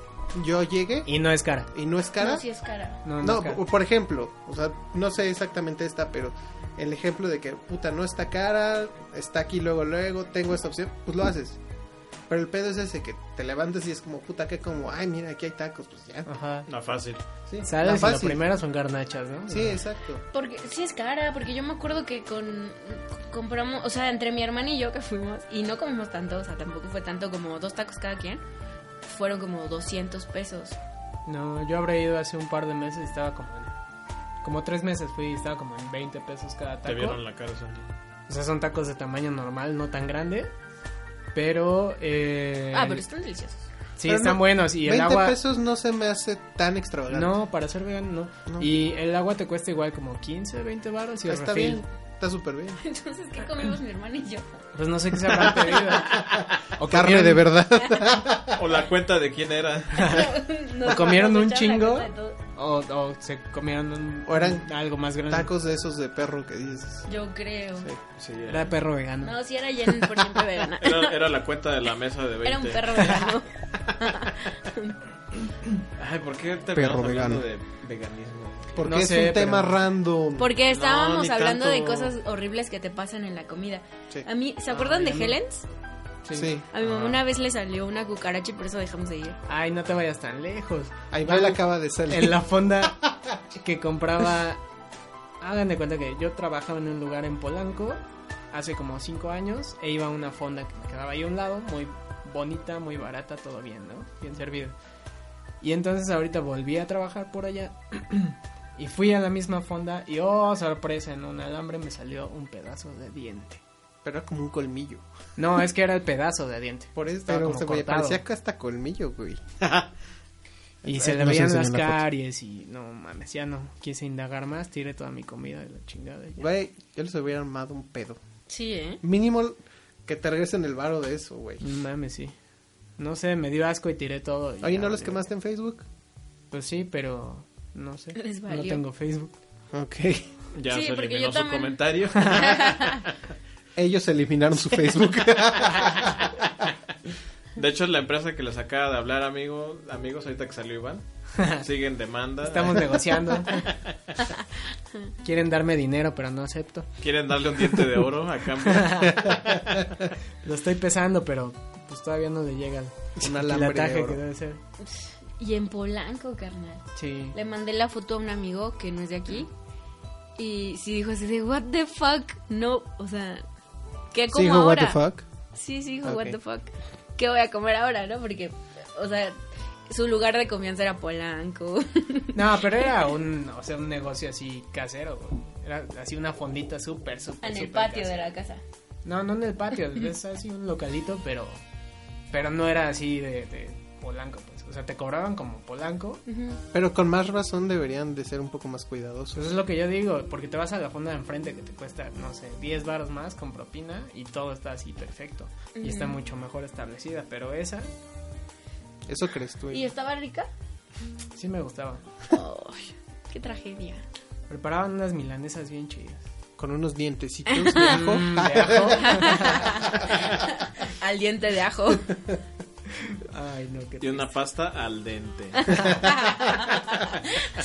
yo llegue Y no es cara. y no es cara. No, sí es cara. No, no, No, es cara. por- por ejemplo, o sea, no sé exactamente esta, pero el ejemplo de que, puta, no está cara, está aquí luego, luego, tengo esta opción, pues lo haces. Pero el pedo es ese que te levantas y es como, puta, que como, ay, mira, aquí hay tacos, pues ya. Ajá. No fácil. Sí, la ¿Sabes? Ah, Y Lo fácil. primero son garnachas, ¿no? Sí, exacto. Porque sí es cara, porque yo me acuerdo que con compramos, o sea, entre mi hermana y yo que fuimos y no comimos tanto, o sea, tampoco fue tanto como dos tacos cada quien. Fueron como 200 pesos. No, yo habré ido hace un par de meses y estaba como en... Como tres meses fui y estaba como en 20 pesos cada Te taco. vieron la cara, Sandy. O sea, son tacos de tamaño normal, no tan grande. Pero... Eh, Ah, pero están deliciosos. *laughs* Sí, Pero están no, buenos. Y el 20 agua... pesos no se me hace tan extravagante. No, para ser vegano no. No. Y el agua te cuesta igual como 15, 20 baros y el está refil. bien, está súper bien. Entonces, ¿qué comimos mi hermana y yo? Pues no sé qué se *laughs* habrán pedido. O Carne de comieron- *laughs* verdad. O la cuenta de *laughs* quién era. *laughs* Nos- comieron nos un echaron la chingo? culpa de todo. O, o se comieron un- O eran algo más grande. Tacos de esos de perro que dices. Yo creo. Sí. Sí, Era era, perro vegano. No, si era Jen por siempre *laughs* vegana. era- era la cuenta de la mesa de 20. Era un perro vegano. Ay, ¿por qué te Perro vegano. hablando de veganismo? Porque No es sé, un tema pero- random. Porque estábamos ni hablando de tanto. cosas horribles que te pasan en la comida. Sí. A mí, ¿se acuerdan Ah, de ya no. Helens? Sí. A mi mamá Ajá. una vez le salió una cucaracha y por eso dejamos de ir. Ay, no te vayas tan lejos. Ahí va, la acaba de salir. En la fonda que compraba... Hagan de cuenta que yo trabajaba en un lugar en Polanco hace como 5 años e iba a una fonda que me quedaba ahí a un lado, muy bonita, muy barata, todo bien, ¿no? Bien servido. Y entonces ahorita volví a trabajar por allá *clears throat* y fui a la misma fonda y oh, sorpresa, en un alambre me salió un pedazo de diente. Pero era como un colmillo. No, es que era el pedazo de diente. Por eso Estaba pero como se me cortado. parecía que hasta colmillo, güey. Y se Ahí le nos veían enseñó las la foto. caries y no mames, ya no quise indagar más, tiré toda mi comida de la chingada. y ya. Güey, yo les hubiera armado un pedo. Sí, ¿eh? Mínimo que te regresen el varo de eso, güey. No mames, sí. No sé, me dio asco y tiré todo. y Oye, ya ¿no los valió. quemaste en Facebook? Pues sí, pero no sé. Les No valió. tengo Facebook. Ok. Ya Sí, se porque eliminó yo su también- *laughs* comentario. *laughs* Ellos eliminaron su *laughs* Facebook. De hecho, la empresa que les acaba de hablar, amigo, amigos, ahorita que *laughs* salió Iván, sigue en demanda. Estamos negociando. Quieren darme dinero, pero no acepto. Quieren darle un diente de oro a cambio. *laughs* Lo estoy pesando, pero pues todavía no le llega el, Un el alambre ataje de que oro. debe ser. Y en Polanco, carnal. Sí. Le mandé la foto a un amigo que no es de aquí. Y sí dijo así de, what the fuck? No, o sea, ¿qué como Sigo, what ahora? the fuck. Sí, sí dijo, Ok. what the fuck? ¿Qué voy a comer ahora, no? Porque, o sea, su lugar de confianza era Polanco. *laughs* No, pero era un, o sea, un negocio así casero. güey. Era así una fondita súper, *laughs* súper. en el súper patio de casera. la casa. No, no en *laughs* el patio, es así un localito, pero pero no era así de, de Polanco, pues. O sea, te cobraban como Polanco. Pero con más razón deberían de ser un poco más cuidadosos. Eso Pues es lo que yo digo, porque te vas a la fonda de enfrente que te cuesta, no sé, 10 baros más con propina y todo está así perfecto. Y está Ujú. mucho mejor establecida, pero esa Eso crees tú. ¿Y estaba rica? sí me gustaba. Ay, qué tragedia. Preparaban unas milanesas bien chidas. Con unos dientecitos *laughs* de *laughs* ajo. Mm, de ajo. *laughs* Al diente de ajo. Ay, no, qué Y una pasta *laughs* al dente.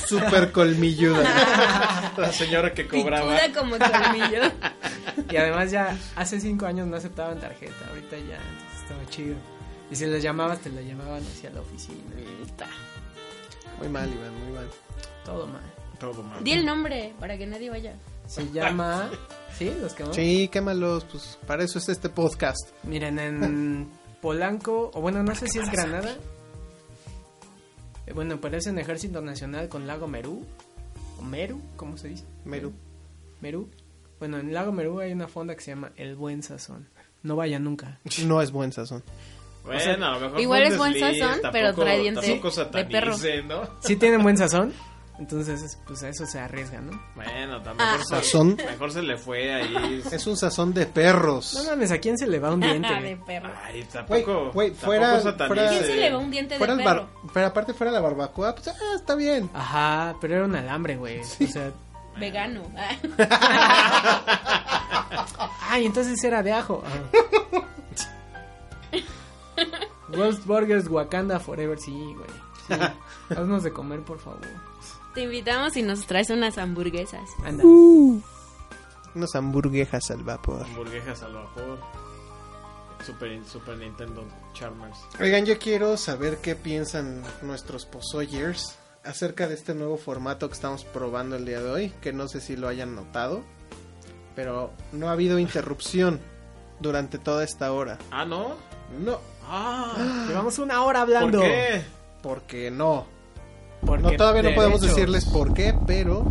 Súper *laughs* colmilluda. La señora que cobraba. Pichuda como colmillo. Y además ya hace cinco años no aceptaban tarjeta, ahorita ya, entonces estaba chido. Y si les llamabas, te lo llevaban hacia la oficina. Ta. Muy mal, Iván, muy mal. Todo mal. Todo mal. Di el nombre para que nadie vaya. Se llama... ¿Sí? ¿Los quemamos? Sí, quémalos, pues para eso es este podcast. Miren, en Polanco, o bueno, no sé si es Granada. Eh, Bueno, pero es en Ejército Nacional con Lago Merú. ¿O Meru? ¿Cómo se dice? Meru. Merú. Bueno, en Lago Merú hay una fonda que se llama El Buen Sazón. No vaya nunca. No es buen sazón. Bueno, O sea, a lo mejor igual fue es un buen desliz, sazón, pero tampoco- trae diente tampoco de perro. satanicen, ¿no? Sí tienen buen sazón, entonces pues a eso se arriesga, ¿no? Bueno, también Ah. Sazón. Mejor se le fue ahí. Es un sazón de perros. No mames, ¿a quién se le va *laughs* un Ah, de diente? perro. Ah, Ay, tampoco. Güey, güey, tampoco fuera- satanicen. fuera- ¿Quién se le va un diente de Fuera el perro? bar- pero aparte fuera la barbacoa, pues ah, está bien. Ajá, pero era un alambre, güey. O sea, Vegano. Ah. ay, entonces era de ajo. Ah. *laughs* Ghost Burgers Wakanda Forever, sí, güey. Sí. *laughs* Haznos de comer, por favor. *laughs* Te invitamos y nos traes unas hamburguesas. Anda. Uh. Unas hamburguesas al vapor. Hamburguesas a lo mejor. Super, Super Nintendo Charmers. Oigan, yo quiero saber qué piensan nuestros pozoyers acerca de este nuevo formato que estamos probando el día de hoy, que no sé si lo hayan notado, pero no ha habido interrupción durante toda esta hora. Ah, ¿no? No, Ah. Llevamos una hora ¿Por *laughs* hablando. qué? porque no. Porque, no todavía no de podemos hecho, decirles por qué, pero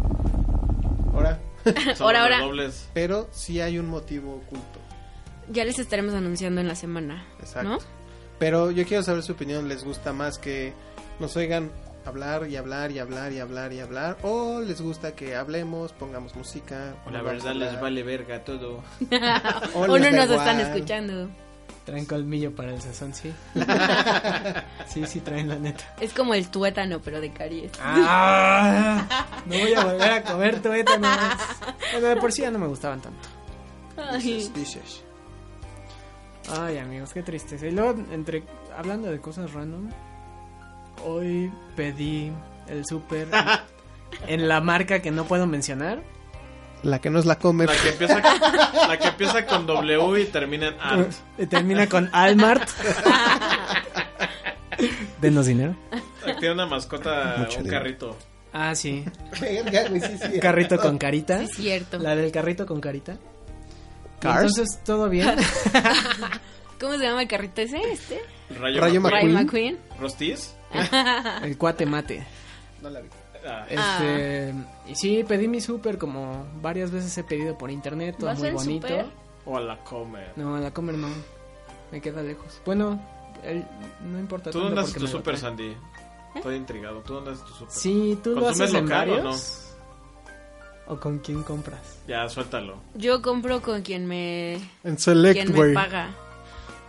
ahora, Son Ahora, ahora. dobles. pero sí hay un motivo oculto. Ya les estaremos anunciando en la semana. Exacto. ¿No? Pero yo quiero saber su opinión. ¿Les gusta más que nos oigan hablar y hablar y hablar y hablar y hablar? ¿O les gusta que hablemos, pongamos música? La pongamos verdad hablar? les vale verga todo. O O no les da nos están igual. escuchando. Traen colmillo para el *laughs* sazón, sí. sí, sí, traen la neta. Es como el tuétano, pero de caries. Ah, no voy a volver a comer tuétanos. Bueno, de por sí ya no me gustaban tanto. Ay. Dices. Ay, amigos, qué tristeza. Y luego, entre, hablando de cosas random, hoy pedí el súper en la marca que no puedo mencionar. La que nos la come. La que empieza, *laughs* la que empieza con W y termina en art. Y termina con Almart. Denos dinero. Tiene una mascota, Mucho un dinero. carrito. Ah, sí. Verga, güey, sí, sí. Carrito con carita. Es cierto. La del carrito con carita. Cars. Entonces, todo bien. ¿Cómo se llama el carrito ese? Este. Rayo, Rayo McQueen. Ray McQueen. McQueen. ¿Rostis? El cuate mate. No la vi. Ah, Este, y sí, pedí mi súper como varias veces he pedido por internet, todo ¿Vas muy al bonito. súper? o a la comer. No, a la comer no. Me queda lejos. Bueno, el- no importa. ¿Tú tanto dónde haces porque tu me lo super, traen. Sandy? ¿Eh? Estoy intrigado. ¿Tú dónde haces tu super? Sí, tú lo ¿Consumes haces en local o varios. O, con quién compras? Ya, suéltalo. Yo compro con quien me, *laughs* En quien Select, me güey. paga.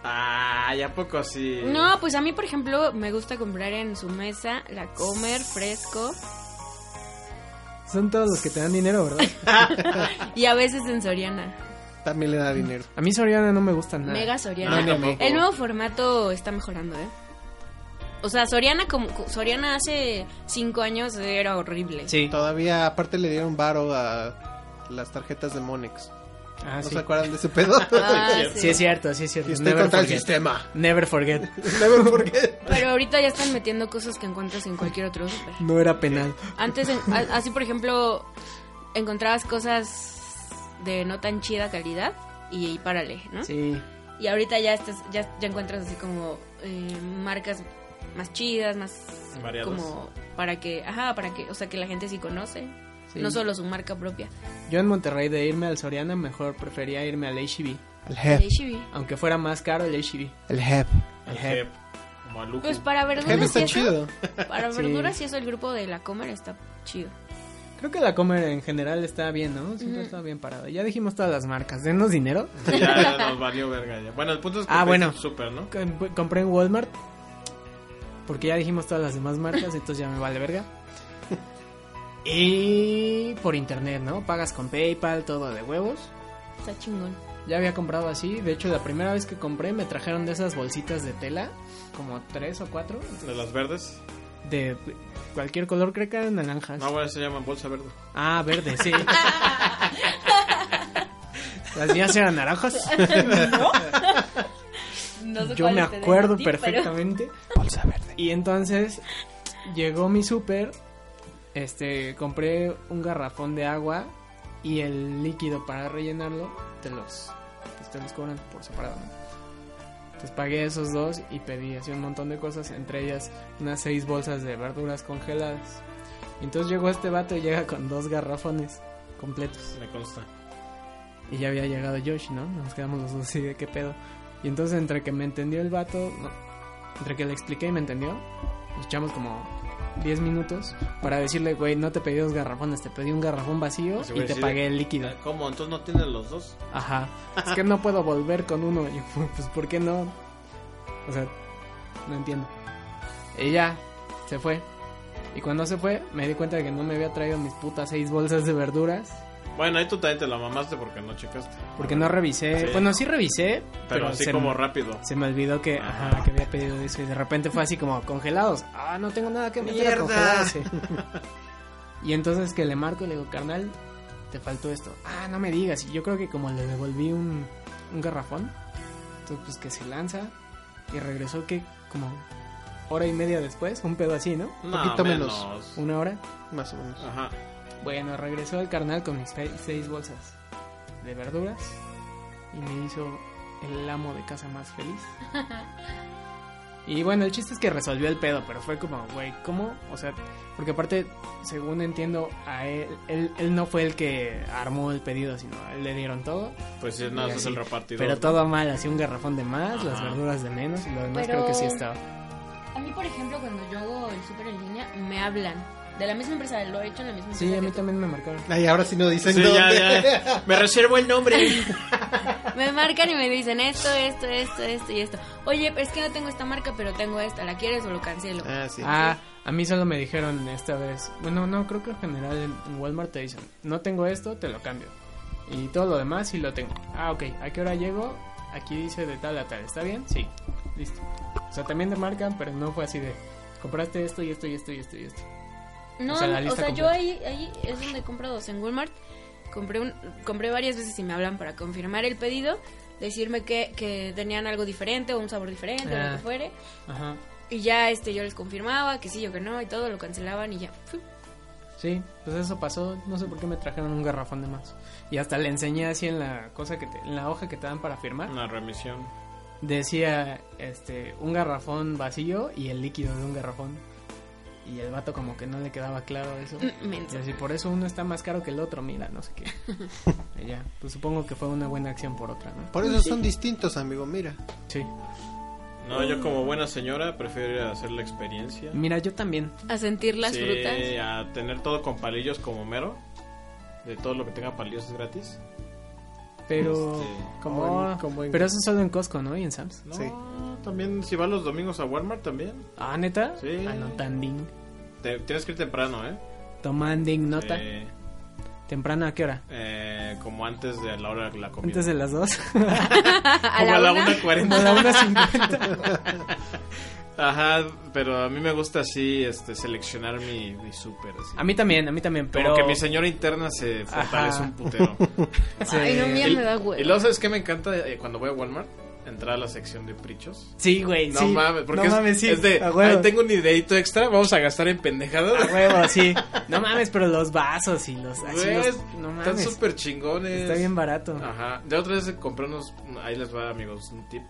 Ah, ya poco así. No, pues a mí, por ejemplo, me gusta comprar en su mesa, la comer, fresco Son todos los que te dan dinero, ¿verdad? y a veces en Soriana. También le da dinero. A mí Soriana no me gusta nada. Mega No, Soriana. tampoco. El nuevo formato está mejorando, ¿eh? O sea, Soriana, como, Soriana hace cinco años era horrible. Sí. Todavía, aparte, le dieron varo a las tarjetas de Monex. Ah, ¿No sí. se acuerdan de ese pedo? *laughs* Ah, Sí, Sí, es cierto, sí es cierto. y estoy Never contra el forget. sistema. *laughs* Never forget. Never forget. Pero ahorita ya están metiendo cosas que encuentras en cualquier otro súper. No era penal. Antes, en- a- así por ejemplo, encontrabas cosas de no tan chida calidad y, y párale, ¿no? Sí. Y ahorita ya, estás, ya, ya encuentras así como eh, marcas más chidas, más Variadas. como para que, ajá, para que, o sea, que la gente sí conoce, Sí. no solo su marca propia. Yo en Monterrey de irme al Soriana mejor prefería irme al HB. El Eh. De jefe. H-E-B. Aunque fuera más caro el E HB. El jefe. Al Jep. Jep, como a Luco. Pues para El jefe verduras y está eso, chido. para Sí. verduras y eso el grupo de la comer está chido. Creo que la Comer en general está bien, ¿no? Siempre Ujú. está bien parada. Ya dijimos todas las marcas. Denos dinero. Ya, ya nos valió verga ya. Bueno, el punto es que Ah, fue bueno. súper, ¿no? Com- Compré en Walmart. Porque ya dijimos todas las demás marcas, entonces ya me vale verga. Y por internet, ¿no? Pagas con PayPal, todo de huevos. Está chingón. Ya había comprado así. De hecho, la primera vez que compré me trajeron de esas bolsitas de tela. Como tres o cuatro. De las verdes. De cualquier color, creo que eran naranjas. No, bueno, se llaman bolsa verde. Ah, verde, sí. *laughs* Las mías eran naranjas. No sé Yo cuál me te den a acuerdo ti, pero- perfectamente. *laughs* Bolsa verde. Y entonces llegó mi súper. Este, compré un garrafón de agua y el líquido para rellenarlo te los, pues, te los cobran por separado, ¿no? Entonces pagué esos dos y pedí así un montón de cosas, entre ellas unas seis bolsas de verduras congeladas. Y entonces llegó este vato y llega con dos garrafones completos. Me consta. Y ya había llegado Josh, ¿no? Nos quedamos los dos así de qué pedo. Y entonces entre que me entendió el vato, no, entre que le expliqué y me entendió, nos echamos como 10 minutos para decirle, güey, no te pedí dos garrafones, te pedí un garrafón vacío y Ese Pues, güey te así de- pagué el líquido. ¿Cómo? ¿Entonces no tienen los dos? *laughs* Ajá. Es que no puedo volver con uno. Y yo, pues, ¿por qué no? O sea, no entiendo. Y ya, se fue. Y cuando se fue, me di cuenta de que no me había traído mis putas seis bolsas de verduras. Bueno, ahí tú también te la mamaste porque no checaste. Porque no revisé. Sí. Bueno, sí revisé, Pero, pero, así se, como rápido. se me olvidó que, Ajá. ajá, que había pedido eso y de repente fue así como congelados. Ah, no tengo nada que meter a ¡Mierda! congelados, sí. y entonces que le marco y le digo, carnal, te faltó esto. Ah, no me digas. Y yo creo que como le devolví un, un garrafón, entonces pues que se lanza y regresó que como hora y media después, un pedo así, ¿no? No, poquito menos. Una hora. Más o menos. Ajá. Bueno, regresó el carnal con mis pe- seis bolsas de verduras y me hizo el amo de casa más feliz. Y bueno, el chiste es que resolvió el pedo, pero fue como, güey, ¿cómo? O sea, porque aparte, según entiendo, a él, él, él no fue el que armó el pedido, sino a él le dieron todo, Pues sí, nada, Y más es así. el repartidor. pero ¿no? todo mal, así un garrafón de más, las Ajá. verduras de menos y lo demás Pero- creo que sí estaba. A mí, por ejemplo, cuando yo hago el súper en línea, me hablan. De la misma empresa, lo he hecho en la misma empresa. Sí, a que mí tú. también me marcaron. Ay, ahora sí no dicen Sí, dónde. ya, *laughs* ya. Me reservo el *laughs* nombre. Me marcan y me dicen esto, esto, esto, esto y esto. Oye, es que no tengo esta marca, pero tengo esta. ¿La quieres o lo cancelo? Ah, sí. Ah, a mí solo me dijeron esta vez. Bueno, no, creo que en general en Walmart te dicen, no tengo esto, te lo cambio. Y todo lo demás sí lo tengo. Ah, ok, ¿a qué hora llego? Aquí dice de tal a tal, ¿está bien? Sí, listo. O sea, también te marcan, pero no fue así de, compraste esto y esto y esto y esto y esto. No, O sea, la no, o sea, lista completa. yo ahí, ahí es donde compro dos en Walmart. Compré, un, compré varias veces y me hablan para confirmar el pedido, decirme que, que tenían algo diferente o un sabor diferente o Ah. lo que fuere. Ajá. Y ya este yo les confirmaba que sí o que no y todo, lo cancelaban y ya. Fui. Sí, pues eso pasó, no sé por qué me trajeron un garrafón de más. Y hasta le enseñé así en la cosa que te- en la hoja que te dan para firmar. Una remisión. decía este un garrafón vacío y el líquido de un garrafón. Y el vato como que no le quedaba claro eso. Mm, Y menso. así, por eso uno está más caro que el otro, mira, no sé *laughs* qué. Y ya, pues supongo que fue una buena acción por otra, ¿no? Por eso son distintos, amigo, mira. Sí. No, yo como buena señora prefiero ir a hacer la experiencia. Mira, yo también. A sentir las Sí, frutas. a tener todo con palillos como mero. De todo lo que tenga palillos es gratis. Pero... Este, como Oh, en- como en- Pero eso solo en Costco, ¿no? Y en Sam's. No, Sí. también si vas los domingos a Walmart también. Ah, ¿neta? Sí. Ah, no, tan ding. Te- tienes que ir temprano, ¿eh? Toman ding nota. Eh, ¿Temprano a qué hora? eh, como antes de la hora de la comida. Antes de las *laughs* dos. a como la, a la una. *laughs* 1.40. a la una cincuenta. Ajá, pero a mí me gusta así este, seleccionar mi, mi súper. así. A mí también, a mí también, Como pero... que mi señora interna se fortalece Ajá. un *laughs* putero. Ay, no, mía y, me da huevo. y luego, ¿sabes qué me encanta eh, cuando voy a Walmart? Entrar a la sección de prichos. Sí, güey, No sí. mames, porque no es, mames, sí. es de, a huevo. "Ay, tengo un ideito extra, vamos a gastar en pendejadas. A huevo, sí. No mames, pero los vasos y los. así Güey, los- es- no Están mames. súper chingones. Está bien barato. Ajá. De otra vez compré unos. Ahí les va, amigos, un tip.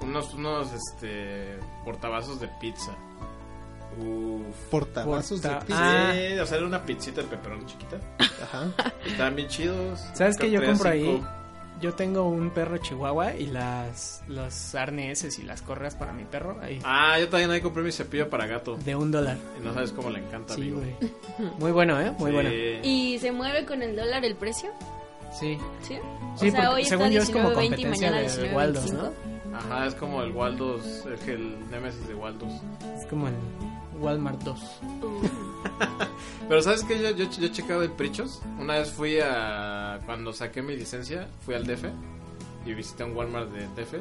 unos, unos este, portavasos de pizza. Uf. Portavasos Porta- de pizza. Ah. Sí, o sea, era una pizzita de pepperoni chiquita. Ajá. Estaban bien chidos. ¿Sabes qué? Yo Traía compro ahí. cinco. Yo tengo un perro chihuahua y las los arneses y las correas para mi perro ahí Ah, yo también ahí compré mi cepillo para gato. de un dólar. Y no sabes cómo le encanta, Sí, amigo. güey. Muy bueno, ¿eh? Muy Sí. bueno. ¿Y se mueve con el dólar el precio? Sí. ¿Sí? Sí, o sea, porque hoy está según yo es como 19.20 y competencia mañana de 19.25. Waldos, ¿no? Ajá, es como el Waldos, es que el Nemesis de Waldos. Es como el Walmart 2. Pero ¿sabes qué? Yo, yo, yo he checado en Prichos. Una vez fui a... Cuando saqué mi licencia, fui al DF. Y visité un Walmart de DF.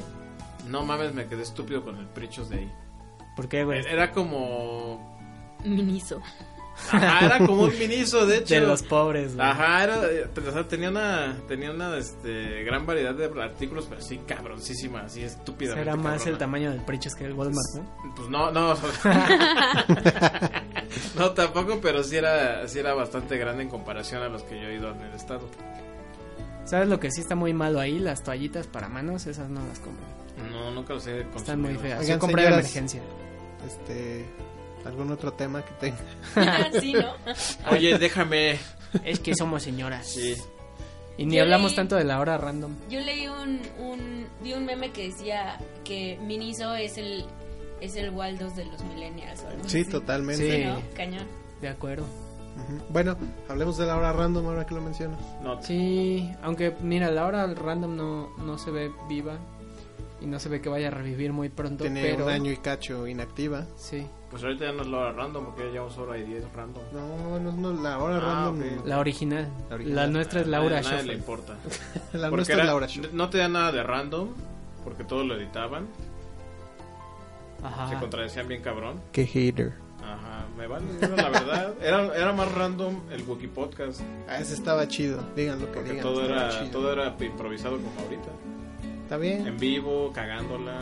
No mames, me quedé estúpido con el Prichos de ahí. ¿Por qué, güey? Era como... Uh, *laughs* Miniso. Ajá, era como un miniso, de *laughs* hecho. De los pobres, güey. Ajá, era, o sea, tenía una, tenía una este, gran variedad de artículos, pero así cabroncísima, así estúpida. Será más el tamaño del Prichos que el Walmart, ¿no? Pues no, *laughs* no. o sea, no, tampoco, pero sí era, sí era bastante grande en comparación a los que yo he ido en el estado. ¿Sabes lo que sí está muy malo ahí? Las toallitas para manos, esas no las compro. No, nunca los he consumido. Están muy feas. Oigan, Yo compré de señoras. emergencia. Este. ¿Algún otro tema que tenga? sí, ¿no? Oye, déjame. Es que somos señoras. Sí. Y ni Yo hablamos leí- tanto de la hora random. Yo leí un, un, vi un meme que decía que Miniso es el, es el Waldos de los millennials. o algo Sí, así. totalmente. Sí, ¿no? Cañón. De acuerdo. Ujú. Bueno, hablemos de la hora random ahora que lo mencionas. No, Sí, aunque mira, la hora random no, no se ve viva. Y no se ve que vaya a revivir muy pronto. Tiene pero... un año y cacho inactiva. Sí. pues ahorita ya no es la hora random, porque ya llevamos hora y 10 random. No, no, no, la hora Ah, random. ok. La original. La, La original. nuestra es A nadie- Laura a nadie le Schoffler. *laughs* importa. La Porque nuestra era- es la hora show. No te da nada de random, porque todos lo editaban. Se Ajá. contradecían bien cabrón. Qué hater. Ajá, me vale, era *laughs* la verdad. Era, era más random el Wiki Podcast, Ah, ese estaba chido. Digan lo que porque digan. "Ah, todo, estaba era, chido. todo em- era improvisado como ahorita. Está bien. En vivo, *laughs* cagándola,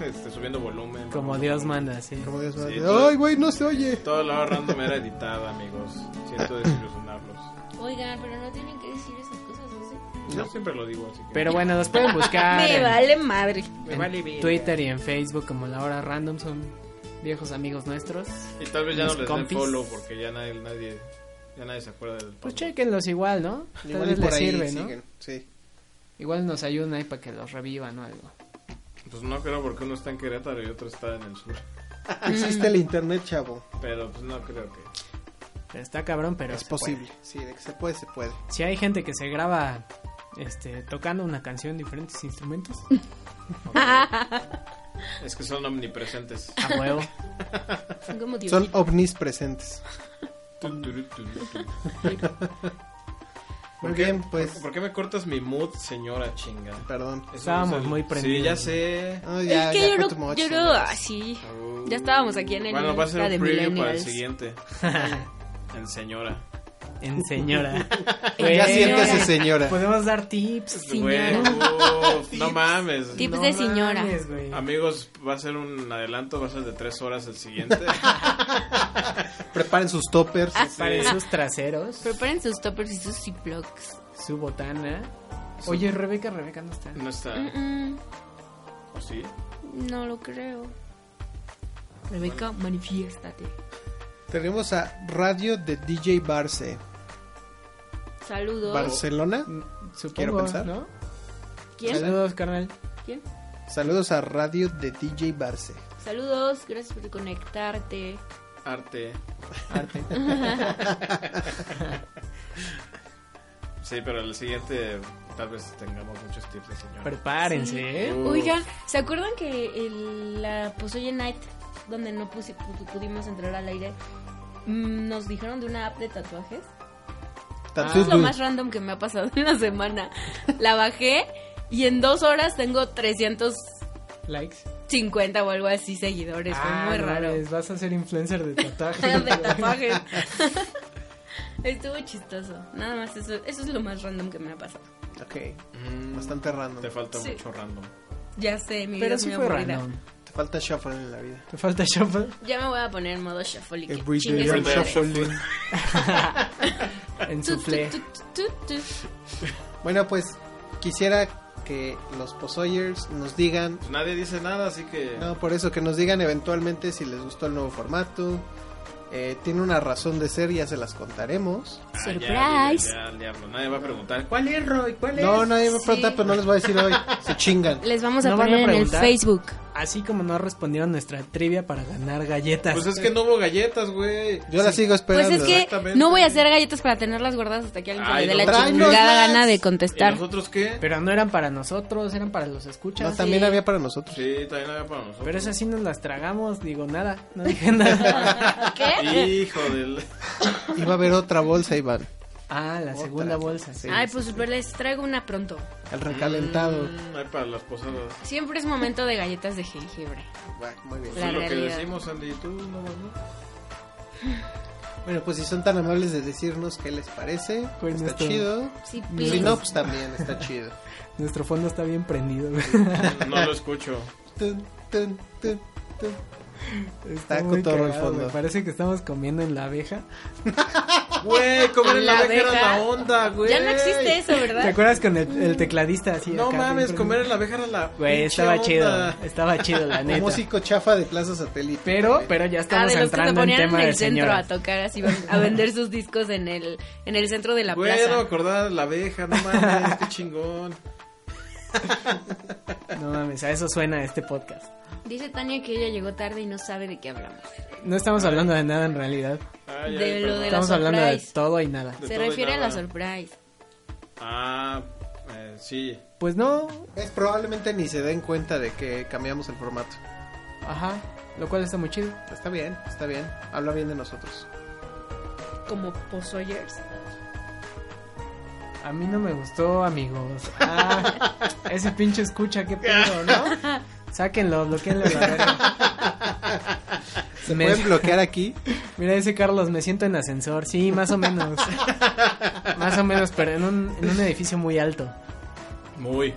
este, subiendo volumen. Como bajando Dios volumen. manda, sí. Como Dios manda. todo- ¡Ay, güey, no se oye! Toda la hora random era editada, amigos. Siento desilusionarlos. Oigan, pero no tienen que decir esas cosas, ¿o sí? Yo siempre lo digo, así que... Pero bueno, los pueden buscar. Me en- vale madre. en Twitter y en Facebook como La Hora Random son viejos amigos nuestros. Y tal vez ya no Mis les den compis. follow, porque ya nadie, nadie, ya nadie se acuerda del Pues podcast. chequenlos igual, ¿no? Tal Igual y vez por les ahí sirve, ¿no? siguen. *laughs* Sí. Igual nos ayudan ahí para que los revivan o algo. Pues no creo, porque uno está en Querétaro y otro está en el sur. Existe el internet, chavo. Pero pues no creo que... Pero está cabrón, pero es se posible. Sí, de que se puede, se puede. puede. Si hay gente que se graba este tocando una canción diferentes *laughs* instrumentos, Es que son omnipresentes. a huevo. Son como Dios. Son ovnis presentes. Tu, tu, tu, tu, tu. Muy bien, pues. ¿Por, por qué me cortas mi mood, señora chinga? Perdón. Eso Estábamos es el- muy prendidos. Ah, Sí, ya sé. No, es ya, que ah, ya yo fue no, too much, yo no- señores. así. Ya estábamos aquí en el Bueno, va a ser de un preview para el millennials. siguiente. en señora. En *laughs* señora. Ya Güey, siéntese, Pues, señora. Pues, Podemos dar tips. Señora. Güey, uf, no mames. Tips No de señora. mames, güey. Amigos, va a ser un adelanto, va a ser de tres horas *laughs* el siguiente. Preparen sus toppers. Ah. Para sus traseros, Preparen sus toppers y sus ziplocs. su botana. Oye, Rebeca, Rebeca no está. No está. Mm, ¿O sí? no lo creo. Rebeca, manifiéstate. Tenemos a Radio de DJ Barce. Saludos. Barcelona. Supongo, Quiero pensar. ¿no? ¿Quién? Saludos, carnal. ¿Quién? Saludos a Radio de DJ Barce. Saludos, gracias por conectarte. Arte. Arte. *laughs* Sí, pero el siguiente tal vez tengamos muchos tips de señora. Prepárense, ¿eh? Uf. Oiga, ¿se acuerdan que el- la Pozoye Night, donde no pusi- pu- pudimos entrar al aire, mm, nos dijeron de una app de tatuajes? Eso es lo Tatudu. más random que me ha pasado en la semana. La bajé y en dos horas tengo 350 Likes. o algo así seguidores. Fue muy Ah, no raro. mames, vas a ser influencer *laughs* de tatuajes. de tatuajes. *laughs* Estuvo chistoso. Nada más eso, eso es lo más random que me ha pasado. Ok, Mm, bastante random. Te falta Sí. mucho random. Ya sé, mi vida Pero es sí muy fue aburrida. random. Te falta shuffle en la vida. ¿Te falta shuffle? Ya me voy a poner en modo shuffle y que Every chingue day su I'm madre. shuffling. En Tu, su tu, fle. tu, tu, tu, tu. Bueno, pues quisiera que los posoyers nos digan Pues nadie dice nada, así que. No, por eso que nos digan eventualmente si les gustó el nuevo formato. Eh, tiene una razón de ser, ya se las contaremos. Ah, ya, Surprise. ya, ya, al diablo. Nadie va a preguntar cuál es Roy, cuál es. No, nadie me Sí. pregunta, pero no les voy a decir hoy. *laughs* Se chingan. Les vamos a ¿No van a poner en el preguntar? Facebook. Así como no respondieron nuestra trivia para ganar galletas. Pues es que no hubo galletas, güey. Yo la sigo Pues esperando. es que exactamente. no voy a hacer galletas para tenerlas guardadas hasta que alguien se Ay, le dé no. la Tráenoslas. chingada gana de ¿Y contestar. nosotros qué? Pero no eran para nosotros, eran para los escuchas. No, también Sí. había para nosotros. Sí, también había para nosotros. Pero esas sí nos las tragamos, digo nada, no dije *laughs* nada. ¿Qué? Hijo del. Iba a haber otra bolsa, Iván. Ah, la segunda bolsa. Sí. Ay, pues pues, les traigo una pronto. El recalentado. Mm, Ay, para las posadas. Siempre es momento de galletas de jengibre. Va, muy bien. Pues Mm. La es lo que realidad. decimos, Andy. Tú no más, ¿no? Bueno, pues si son tan amables de decirnos qué les parece, Pues está nuestro- chido. Sí, Si please. no, pues también *laughs* está chido. Nuestro fondo está bien prendido. güey. *laughs* No lo escucho. Tun, tun, tun, tun. Está Está muy cotorro el cagado, fondo. güey. Parece que estamos comiendo en la abeja. Güey, comer en la La abeja era abeja. la onda, güey. Ya no existe eso, ¿Te ¿verdad? acuerdas con el, el tecladista así? No acá, bien mames, prendido? comer en la abeja era la. Güey, pinche estaba chido. onda. Estaba chido, la Un neta. músico chafa de Plaza Satélite. Pero, pero ya Ah, estamos de los que se entrando en ponían en tema el de centro señora. a tocar así, *laughs* a vender sus discos en el, en el centro de la Güey, ya no me plaza. acordaba de la abeja, no mames, qué chingón. No mames, a eso suena este podcast. Dice Tania que ella llegó tarde y no sabe de qué hablamos. No estamos hablando de nada en realidad. Ay, De ay, lo perdón. de la Estamos hablando de surprise. todo y nada. De Se todo y refiere a nada. la surprise. Ah, eh, sí. Pues no, Es probablemente ni se den cuenta de que cambiamos el formato. ajá, lo cual está muy chido. Está bien, está bien. Habla bien de nosotros. Como posoyers. A mí no me gustó, amigos. Ah, *laughs* ese pinche escucha, qué pedo, ¿no? Sáquenlo, bloqueenlo. la verga. ¿Se Me- *laughs* pueden bloquear aquí? Mira, dice Carlos, me siento en ascensor. Sí, más o menos. más o menos, pero en un, en un edificio muy alto. Muy.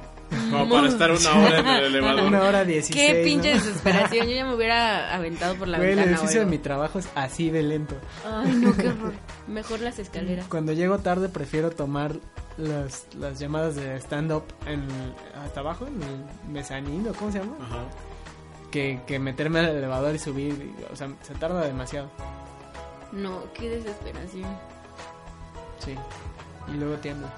Como para estar una hora *laughs* en el elevador. Una hora dieciséis. Qué Mm. ¿no? pinche desesperación. Yo ya me hubiera aventado por la Güey, el ventana. edificio o de mi algo. trabajo es así de lento. Ay, no, qué horror. Mejor las escaleras. Cuando llego tarde prefiero tomar las, las llamadas de stand-up en, hasta abajo, en el mezanín o cómo se llama, Ajá. que, que meterme al elevador y subir. O sea, se tarda demasiado. No, qué desesperación. Sí. Y luego *laughs* tiembla.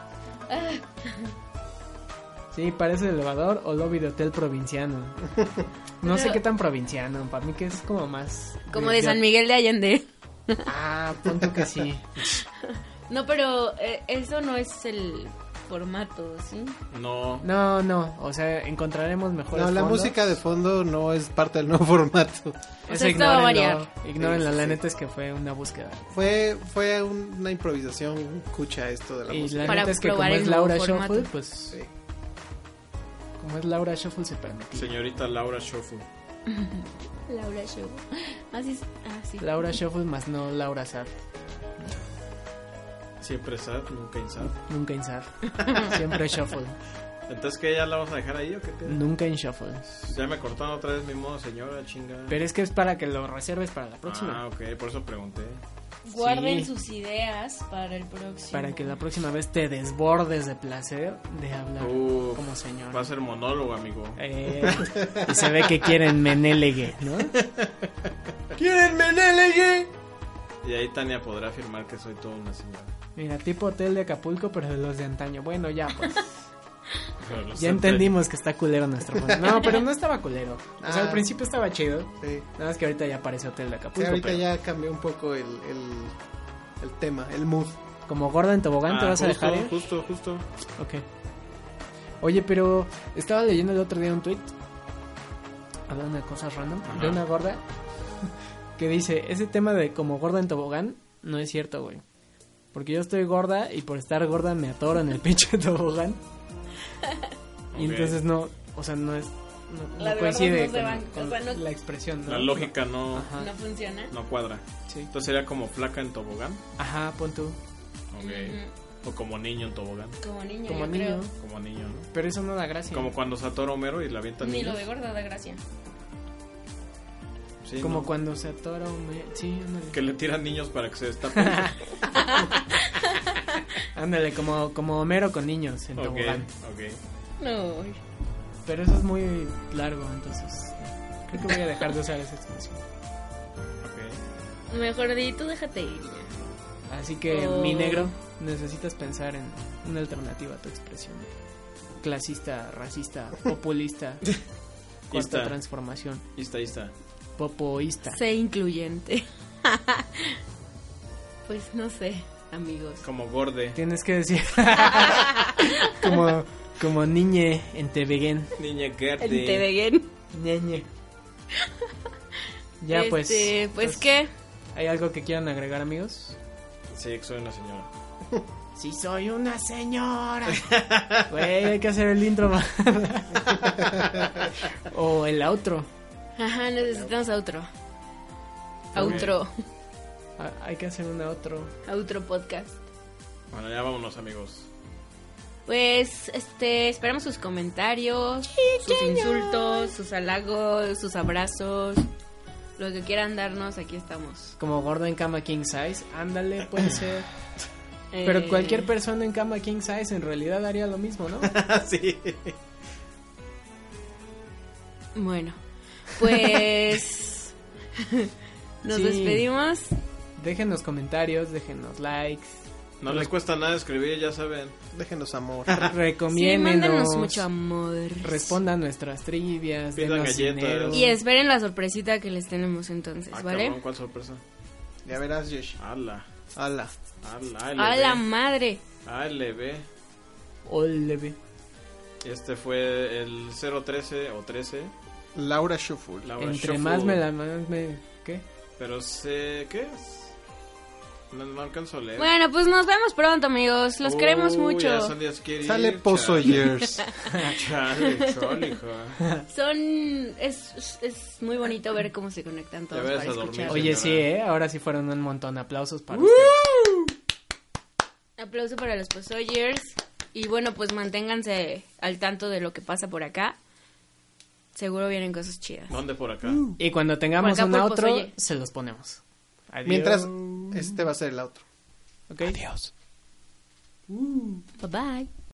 Sí, parece el elevador o lobby de hotel provinciano. *laughs* No sé Pero- qué tan provinciano, para mí que es como más... Como de San Miguel de Allende. Ah, punto que sí. No, pero eh, eso no es el formato, ¿sí? No. No, no, o sea, encontraremos mejor. No, la música de fondo no es parte del nuevo *laughs* formato. O sea, esto va a variar. Pues Ignórenlo, Sí, sí, la sí. neta es que fue una búsqueda. Fue, fue un- una improvisación cucha esto de la Y música. la Para neta es que como probar es el Laura nuevo formato. Shuffle, pues... Sí. Como es Laura Shuffle, se permitió. Señorita Laura Shofu. Laura Show. Así es. ah, Así. Laura Shuffle más no Laura Sart. Siempre sad, nunca insad. Nunca *laughs* en Sart. Siempre Shuffle. Entonces, ¿qué? ¿Ya la vamos a dejar ahí o qué? pedo? Nunca en Shuffle. Ya me cortaron otra vez mi modo, señora, chinga. Pero es que es para que lo reserves para la próxima. Ah, ok, por eso pregunté. Guarden Sí. sus ideas para el próximo. para que la próxima vez te desbordes de placer de hablar Uf, como señor. Va a ser monólogo, amigo. Eh, y se ve que quieren menelegue, *laughs* ¿no? ¡Quieren menelegue! Y ahí Tania podrá afirmar que soy toda una señora. Mira, tipo hotel de Acapulco, pero de los de antaño. Bueno, ya, pues. Pero lo Ya sé. entendimos que está culero nuestro juego. *laughs* No, pero no estaba culero. O sea, Ah. al principio estaba chido. Sí. Nada más que ahorita ya parece hotel de Acapulco. Sí, ahorita pero ya cambió un poco el, el, el tema, el mood. Como gorda en tobogán, te Ah, vas a justo, dejar ir. Justo, justo. Ok. Oye, pero estaba leyendo el otro día un tweet hablando de cosas random Ajá. de una gorda *laughs* que dice, ese tema de como gorda en tobogán no es cierto, güey. Porque yo estoy gorda y por estar gorda me atoro en el pinche *laughs* tobogán. Y Ok. entonces no, o sea, no es no- no, Las coincide gordas no se con, van, o con sea, no- la expresión, ¿no? La lógica no, Ajá. No funciona. no cuadra. Sí. Entonces sería como flaca en tobogán. Ajá, pon tú. Ujú. O como niño en tobogán. Como niño. Como yo niño. creo. Como niño, ¿no? Pero eso no da gracia. Como cuando se atora Homero y la avienta Ni lo niños. de gorda da gracia. Sí, Como ¿no? cuando se atora un... me- Sí, ándale. Que le tiran niños para que se *laughs* destapen. Ándale, como, como Homero con niños en ok, tobogán. ok. No. Pero eso es muy largo, entonces creo que voy a dejar de usar esa expresión. Ok. Mejor di, tú déjate ir ya. Así que, Oh. mi negro, necesitas pensar en una alternativa a tu expresión. Clasista, racista, *laughs* populista, cuarta Ista. transformación, Ahí está, ahí está. popoísta. Sé incluyente. *laughs* pues no sé, amigos. Como gorde. Tienes *laughs* que decir como, como niñe en Tebeguén. Niña El Gerte. Tebeguen. Ñeñe. Ya pues, Este, pues pues, qué. ¿Hay algo que quieran agregar, amigos? Sí, soy una señora. Sí, soy *laughs* una señora. Güey, hay que hacer el intro. ma. o el outro. Ajá, necesitamos outro. Outro. Ah, Hay que hacer un outro. Outro podcast. Bueno, ya *laughs* vámonos, amigos. Pues, este, esperamos sus comentarios, sus insultos, sus halagos, sus abrazos, lo que quieran darnos, aquí estamos. Como gordo en cama king size. Ándale, puede ser. Eh, Pero cualquier persona en cama king size en realidad haría lo *laughs* mismo, ¿no? sí. Bueno, *laughs* pues nos Sí. despedimos. Déjenos comentarios, déjenos likes. No les cuesta nada escribir, ya saben. Déjenos amor. Ah, Sí, Recomiéndenos. mándanos mucho amor. Respondan nuestras trivias. Pidan denos galletas. dinero. Y esperen la sorpresita que les tenemos entonces, Ah, ¿vale? cabrón, cuál sorpresa. Ya verás, Yoshi. Ala. Hala. Ala, ¡A la ALB. madre! ALB. Ole, ve. Este fue el 013 o 13. Laura Shuffle. Laura Entre Shuffle. más me la más me. ¿Qué? Pero sé. ¿Qué es? No, no alcanzo a leer. Bueno, pues nos vemos pronto, amigos. Los queremos Eh. Uy, mucho. ya son días que ir. Sale Pozo Chale, Years. Chale, chole, hijo. Son. Es, es- es muy bonito ver cómo se conectan todos ves para a dormir. escuchar. Oye, señora. sí, ¿eh? Ahora sí fueron un montón. Aplausos para ustedes. Aplauso para los Pozoyers. Y bueno, pues manténganse al tanto de lo que pasa por acá. Seguro vienen cosas chidas. ¿Dónde por acá? *laughs* Y cuando tengamos Por acá un por outro, Pozoye. se los ponemos. Adiós. Mientras, este va a ser el outro. Okay. Bye bye.